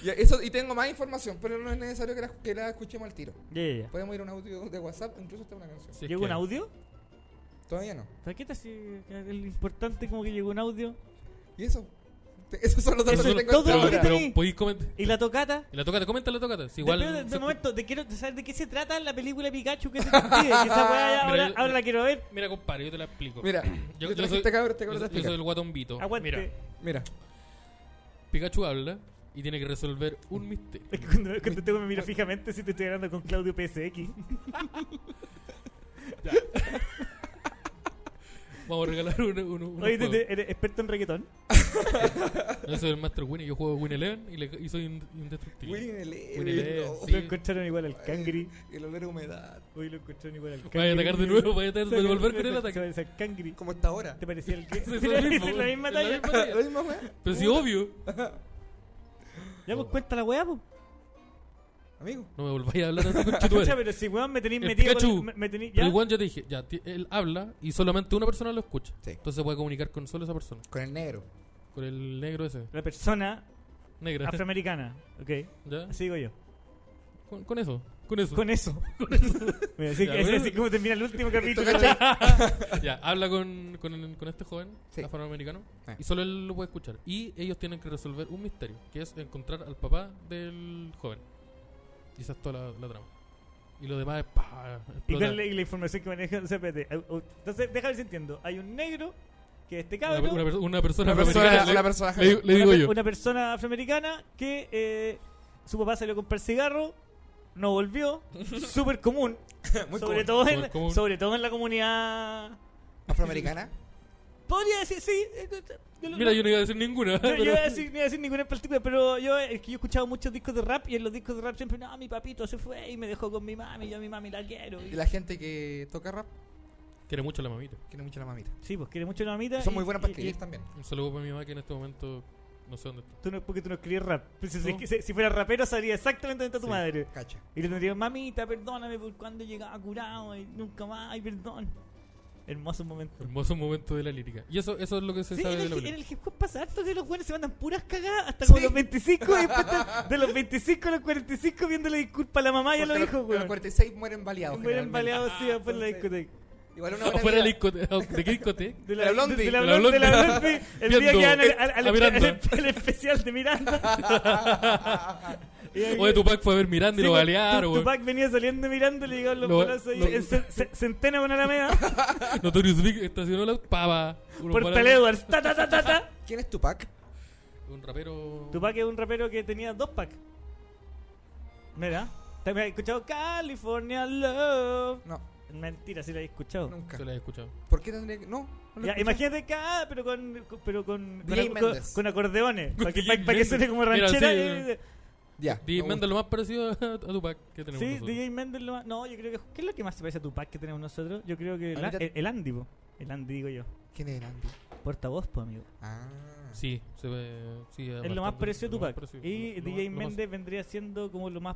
F: y, eso, y tengo más información, pero no es necesario que la, que la escuchemos al tiro.
C: Ya, ya, ya.
F: Podemos ir a un audio de WhatsApp, incluso hasta una canción.
B: Si es
C: ¿Llegó un
B: que-
C: audio?
F: Todavía no.
C: ¿Para qué te hace que el importante como que llegó un audio?
F: ¿Y eso? Te- Esos son los datos
C: Eso
F: que
C: es todo
F: tengo hasta
B: Pero,
C: lo que
F: ahora.
B: pero
C: tenés.
B: podéis comentar.
C: ¿Y la tocata?
B: Y La tocata, comenta la tocata. Si igual.
C: Igual, de,
B: se-
C: momento, te quiero saber de qué se trata la película de Pikachu que se contiene. que esa weá ya
B: Mira,
C: ahora,
B: yo-
C: ahora la quiero ver.
B: Mira, compadre, yo te la explico.
F: Mira,
B: yo,
F: yo,
B: yo
F: te
B: soy,
F: este cabrón, este
B: yo soy-
F: cabrón te
B: yo
F: explica.
B: soy el guatón Vito.
C: Aguante.
B: Mira,
F: Mira,
B: Pikachu habla y tiene que resolver un misterio.
C: Es que cuando, cuando tengo me miro fijamente si te estoy hablando con Claudio PSX.
B: Vamos a regalar uno. uno, uno
C: Oye, te-
B: juego.
C: te- ¿eres experto en reggaetón?
B: Yo soy el Master Winnie, yo juego Win Eleven y, le- y soy ind- indestructible.
F: Win Eleven,
B: Win Eleven,
F: no.
B: sí.
C: Lo encontraron igual al Cangri.
F: el olor a humedad.
C: Hoy lo encontraron igual al Cangri.
B: Vaya a atacar de nuevo, vaya a tener de volver con el ataque.
C: Se al Cangri.
F: Como está ahora.
C: ¿Te parecía el que?
B: Sí, es lo mismo,
C: Es la misma
B: es la
C: talla.
B: misma talla.
F: ¿Lo mismo, weá?
B: Pero sí, obvio.
C: Ya, pues cuenta la weá, pues.
F: Amigo.
B: No me volváis a hablar así con
C: Escucha,
B: Pero
C: Ah, pero si weón me tenéis
B: El
C: metido. con-
B: Pikachu.
C: me- me tenéis-
B: Pero
C: ¿ya?
B: igual yo te dije, ya, ti- él habla y solamente una persona lo escucha.
F: Sí.
B: Entonces se puede comunicar con solo esa persona.
F: Con el negro.
B: Con el negro ese.
C: La persona
B: Negra.
C: afroamericana. Ok.
B: ¿Ya?
C: Así digo yo.
B: Con, con eso. Con eso.
C: Con eso. Mira, así,
B: Ya,
C: así-
B: bueno.
C: así como termina el último capítulo.
B: ya, habla con, con, con este joven
F: Sí.
B: afroamericano
F: Ah.
B: y solo él lo puede escuchar. Y ellos tienen que resolver un misterio, que es encontrar al papá del joven. Y esa es toda la, la trama. Y lo demás es... pa,
C: Y
B: explota.
C: cuál es la información que maneja. O sea, espérate. Au- au- Entonces, déjame ver si entiendo. Hay un negro que es este
B: Una,
C: cabrón.
B: una per- una persona
F: Una persona,
B: afroamericana
F: una
B: le-
F: persona.
B: le, digo- le digo
C: una, per-
B: yo.
C: una persona afroamericana que eh, su papá salió a comprar cigarro, no volvió, súper común,
F: Muy
C: sobre,
F: común.
C: todo
B: Súper
C: en,
B: común.
C: sobre todo en la comunidad...
F: Afroamericana.
C: Podría decir, sí, eh, eh, yo lo-
B: Mira, yo no iba a decir ninguna.
C: yo- yo
B: pero-
C: iba a decir, no iba a decir ninguna en particular, pero yo, es que yo he escuchado muchos discos de rap y en los discos de rap siempre, no, mi papito se fue y me dejó con mi mami, yo a mi mami la quiero. y-
F: Y la gente que toca rap
B: Quiere mucho la mamita.
F: quiere mucho a la mamita.
C: Sí, pues quiere mucho la mamita.
F: Son
C: y-
F: muy buenas para
C: y- y-
F: escribir también.
B: Un saludo para mi mamá que en este momento no sé dónde está.
C: tú no- porque tú no escribes rap. Pues si,
B: No.
C: si- si fuera rapero sabría exactamente dónde está tu
B: Sí.
C: madre.
F: Cacha.
C: Y le tendría, mamita, perdóname por cuando llegaba curado y nunca más, ay, perdón. Hermoso momento.
B: Hermoso momento de la lírica. Y eso, eso es lo que se
C: Sí,
B: sabe
C: en
B: de
C: el,
B: la
C: en el
B: película.
C: hip hop pasa harto que los buenos se mandan puras cagadas hasta
F: Sí.
C: como los 25 y después están de los 25 a los 45 viéndole disculpa a la mamá y a los
F: Porque
C: hijos,
F: los, los
C: weón.
F: 46 mueren baleados.
C: Mueren
F: generalmente.
C: baleados, sí,
B: Ah,
C: después en la
F: Entonces,
C: discoteca.
F: Igual una
B: O
F: buena
B: fuera de la
F: vida.
B: discoteca- ¿De qué discoteca?
C: De
F: la Blondie.
C: De la
B: De la
C: Blondie. de la
B: Blondie.
C: Blondie, El día
B: Viendo
C: que van al, al- al-
B: a Miranda.
C: al- al especial de Miranda. Y ahí-
B: O de Tupac fue a ver Miranda y
C: Sí,
B: lo
C: tu-
B: balearon.
C: tu-
B: güey.
C: Tupac venía saliendo de Miranda y le llegaban los
B: Lo-
C: balazos ahí
B: lo-
C: en ce- ce- centena con Alameda.
B: Notorious Big estacionó la pava. Unos
C: Portal
B: balazos.
C: Edwards. Ta, ta, ta, ta, ta.
F: ¿Quién es Tupac?
B: Un rapero.
C: Tupac es un rapero que tenía dos packs. Mira, también he escuchado California Love.
F: No,
C: Mentira, sí la he escuchado.
F: nunca.
B: Se lo he escuchado.
F: ¿Por qué tendría que.? No. no lo
C: Ya,
F: escuché.
C: imagínate cada, pero con, con- pero con, con,
F: DJ
C: aco- con,
F: Méndez.
C: con acordeones. Para que,
B: DJ
C: pa- pa' que suene
B: Méndez.
C: como
B: Mira,
C: ranchera.
B: sí,
C: eh,
F: Ya.
B: Di,
F: me
B: manda lo más parecido a, a Tupac que tenemos.
C: Sí,
B: nosotros.
C: DJ Méndez lo más- No, yo creo que. ¿Qué es lo que más se parece a Tupac que tenemos nosotros? Yo creo que.
F: A
C: la-
F: mí
C: el,
F: te-
C: el Andy, po. El Andy, digo yo.
F: gusta. ¿Quién es el Andy?
C: Portavoz, pues, amigo.
F: Ah.
B: Sí, se ve. Sí,
C: Es lo más
B: bastante-
C: parecido a
B: lo más
C: Tupac.
B: parecido,
C: y
B: lo- lo
C: DJ
B: más- lo más-
C: Méndez vendría siendo como lo más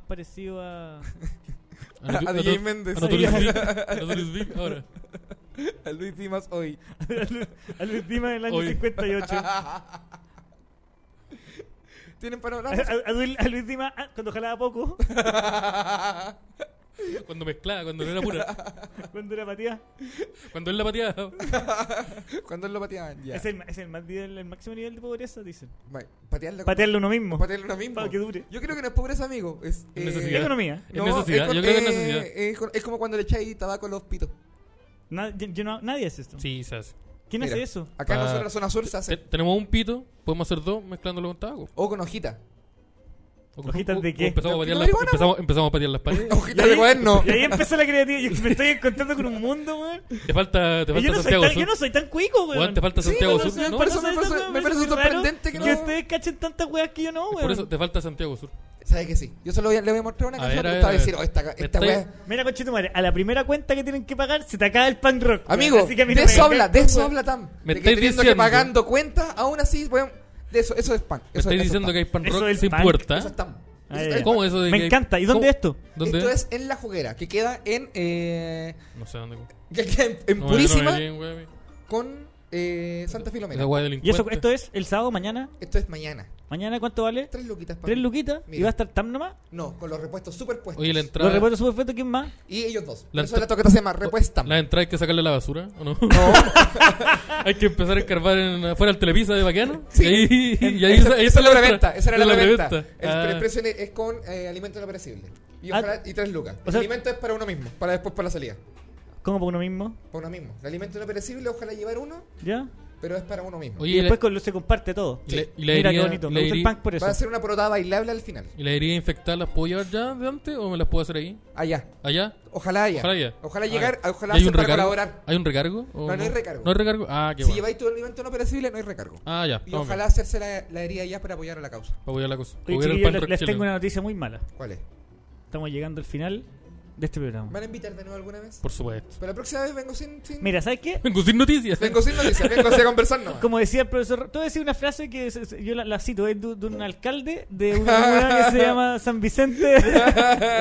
C: parecido a.
F: A,
B: Anatu-
F: DJ
B: Anatu-
F: Méndez.
B: Anatolius Big, Anatolius Big, ahora.
F: A Luis Dimas hoy.
C: a Luis Dimas del año
B: Hoy.
C: 58. A,
F: ¿Tienen para
B: Eh,
F: hablar?
C: a- a Luis- a Luis Dimas ah, cuando jalaba poco,
B: Cuando mezclaba, cuando no era pura.
C: cuando era patía.
B: Cuando él la pateaba.
F: ¿Cuándo lo pateaban? Ya.
C: Es, el, ma- es el, más nivel- el máximo nivel de pobreza, dicen.
F: Vale, Patearlo.
C: Patearle uno mismo.
F: Patearlo ahora mismo.
C: Para que dure.
F: Yo creo que no es pobreza, amigo. Es eh,
B: Necesidad.
C: Economía.
B: Es necesidad,
F: con-
B: yo creo que es
F: eh,
B: necesidad.
F: es con- es como cuando le echáis tabaco a los pitos.
C: Na- yo- yo no- nadie hace esto.
B: Sí, se hace.
C: ¿Quién hace
F: Mira,
C: eso?
F: Acá
B: Ah.
F: nosotros en la zona sur se
B: Te-
F: hace.
B: Tenemos un pito, podemos hacer dos mezclándolo con tabaco.
F: O con hojita.
B: O-
C: ¿Hojitas
B: o-
C: de
B: o
C: qué?
B: Empezamos a, patear
F: ¿De
B: las,
F: marihuana?
B: empezamos, empezamos a patear las paredes.
F: Hojita de cuaderno.
C: Y ahí empezó la creatividad. Yo me estoy encontrando con un mundo, weón.
B: te falta, te
C: Y
B: falta
C: Yo, no soy
B: Santiago
C: tan-
B: Sur.
C: yo no soy tan cuico, weón.
B: Juan, te falta
F: Sí,
B: Santiago
F: no,
B: Sur.
F: no,
B: ¿no?
F: por eso
C: Por
F: me
C: eso,
F: parece-
C: weón,
F: me parece
C: muy raro
F: sorprendente que no-
C: ustedes cachen tantas weas que yo no, weón.
B: Por eso te falta Santiago Sur.
F: ¿Sabes que sí? Yo solo voy a- le voy a mostrar una
B: A
F: canción
B: ver, a
F: y
B: ver,
F: te va a
B: a ver.
F: decir, oh, esta,
B: Me
F: esta
B: estoy-
F: wea.
C: Mira, conchito madre, a la primera cuenta que tienen que pagar se te acaba el punk rock. weón.
F: Amigo,
C: Así que a mí no
F: de
C: me
F: eso habla, de
C: vengas
F: eso
C: con-
F: habla Tam.
B: Me
F: de que
B: estáis
F: teniendo
B: diciendo-
F: que pagando cuentas, aún así, weón. De eso, eso es pan.
B: Me
F: Eso,
B: estáis
F: eso es
B: diciendo
F: pan.
B: que hay pan
C: Eso
B: rock
C: es
B: sin
C: punk.
B: puerta.
F: Eso es Tam.
C: Ah,
F: Eso
C: ya,
F: es
C: ya.
F: Tam.
B: ¿Cómo eso de
C: Me
B: que hay-
C: encanta. ¿Y dónde
B: cómo-
C: esto?
B: ¿Dónde?
F: Esto es en La Juguera, que queda en. eh,
B: No sé dónde.
F: que queda en, en
B: No, no,
F: Purísima
B: no, bien, güey.
F: con eh, Santa
B: Esa
F: Filomena.
B: guay
C: ¿Y eso,
B: delincuente.
C: esto es el sábado mañana?
F: Esto es mañana.
C: ¿Mañana cuánto vale?
F: Tres luquitas para
C: Tres
F: mí.
C: luquitas. ¿Y
F: Mira.
C: va a estar tan nomás?
F: No, con los repuestos superpuestos.
B: Oye, la
C: Los
B: entrada.
C: repuestos superfetos, ¿quién más?
F: Y ellos dos.
B: La
F: Por eso
B: ento-
F: la toqueta se llama Repuesta.
B: ¿La entrada hay que sacarle la basura o no? hay que empezar a escarbar en, afuera del Televisa de Baquiano. Y ahí, y ahí
F: esa, esa era la
B: entrada.
F: venta. Esa era la, preventa. El,
B: Ah,
F: el precio es con eh, alimento no perecible. Y,
C: Ah.
F: ojalá- y tres lucas.
C: O sea-
F: el alimento es para uno mismo, para después para la salida.
C: ¿Cómo para uno mismo?
F: Para uno mismo. El alimento no perecible, ojalá llevar uno,
C: ¿Ya?
F: pero es para uno mismo.
B: Oye,
C: Y,
B: y la-
C: después con- se comparte todo.
B: y la- y la
C: Mira qué
B: herida-
C: bonito.
B: la
C: Me gusta el
B: herida-
C: punk por eso.
F: Va a ser una protada bailable al final.
B: ¿Y la herida infectada las puedo llevar ya de antes o me las puedo hacer ahí?
F: Allá.
B: ¿Allá?
F: Ojalá allá.
B: Ojalá ya.
F: Ojalá llegar,
B: Ah, ¿y
F: ojalá
B: ¿Hay
F: hacer
B: un
F: para
B: recargo?
F: colaborar.
B: ¿Hay un recargo? o
F: No, no hay recargo.
B: ¿No hay recargo? Ah, qué
F: si
B: bueno.
F: lleváis tu alimento no perecible, no hay recargo.
B: Ah, ya.
F: y
B: toma.
F: ojalá hacerse la, la herida allá para apoyar a la causa.
B: Para apoyar la cosa.
C: Oye,
B: Apoyar el
C: chiquillos,
B: punk
C: les,
B: rock
C: les
B: chileno.
C: tengo una noticia muy mala.
F: ¿Cuál es?
C: Estamos llegando al final de este programa.
F: ¿Van a invitar de nuevo alguna vez?
B: Por supuesto.
F: Pero la próxima vez vengo sin. sin-
C: Mira, ¿sabes qué?
B: Vengo sin noticias.
F: Vengo sin noticias, vengo así a conversar nomás.
C: Como decía el profesor, tú decías una frase que es- es- yo la, la cito, es de, de un alcalde de una comuna que se llama San Vicente.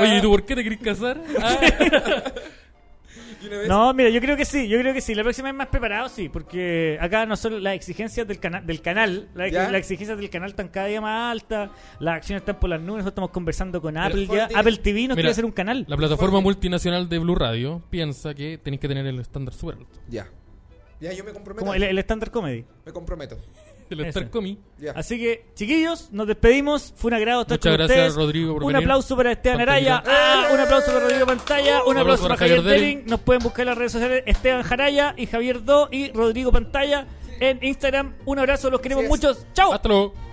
B: Oye, ¿y tú por qué te querés casar? Ah,
F: Y una vez-
C: No, mira, yo creo que sí, yo creo que sí. La próxima vez más preparado, sí, porque acá no solo las exigencias del, cana- del canal, la ex-
F: ¿Ya?
C: las exigencias del canal están cada día más altas, las acciones están por las nubes, nosotros estamos conversando con Apple ya.
F: Jordi-
C: Apple TV nos
B: Mira,
C: quiere hacer un canal.
B: la plataforma multinacional de Blue Radio piensa que tenéis que tener el estándar súper alto.
F: Ya. Ya, yo me comprometo.
C: Como el, el Standard Comedy.
F: Me comprometo.
B: El
C: Ese.
B: estar comi.
F: Ya.
C: Así que, chiquillos, nos despedimos. Fue un agrado estar
B: Muchas
C: con
B: gracias,
C: ustedes.
B: Rodrigo, por
C: un
B: venir.
C: aplauso para Esteban Araya.
F: ¡Eh!
B: Pantallita.
C: Ah, un aplauso para Rodrigo Pantalla. Un
B: Un
C: aplauso
B: aplauso
C: para
B: para
C: Javier
B: Javier
C: Delling. Nos pueden buscar en las redes sociales Esteban Jaraya y Javier Do y Rodrigo Pantalla en Instagram. Un abrazo, los queremos
F: Así es.
C: muchos. ¡Chao!
B: Hasta luego.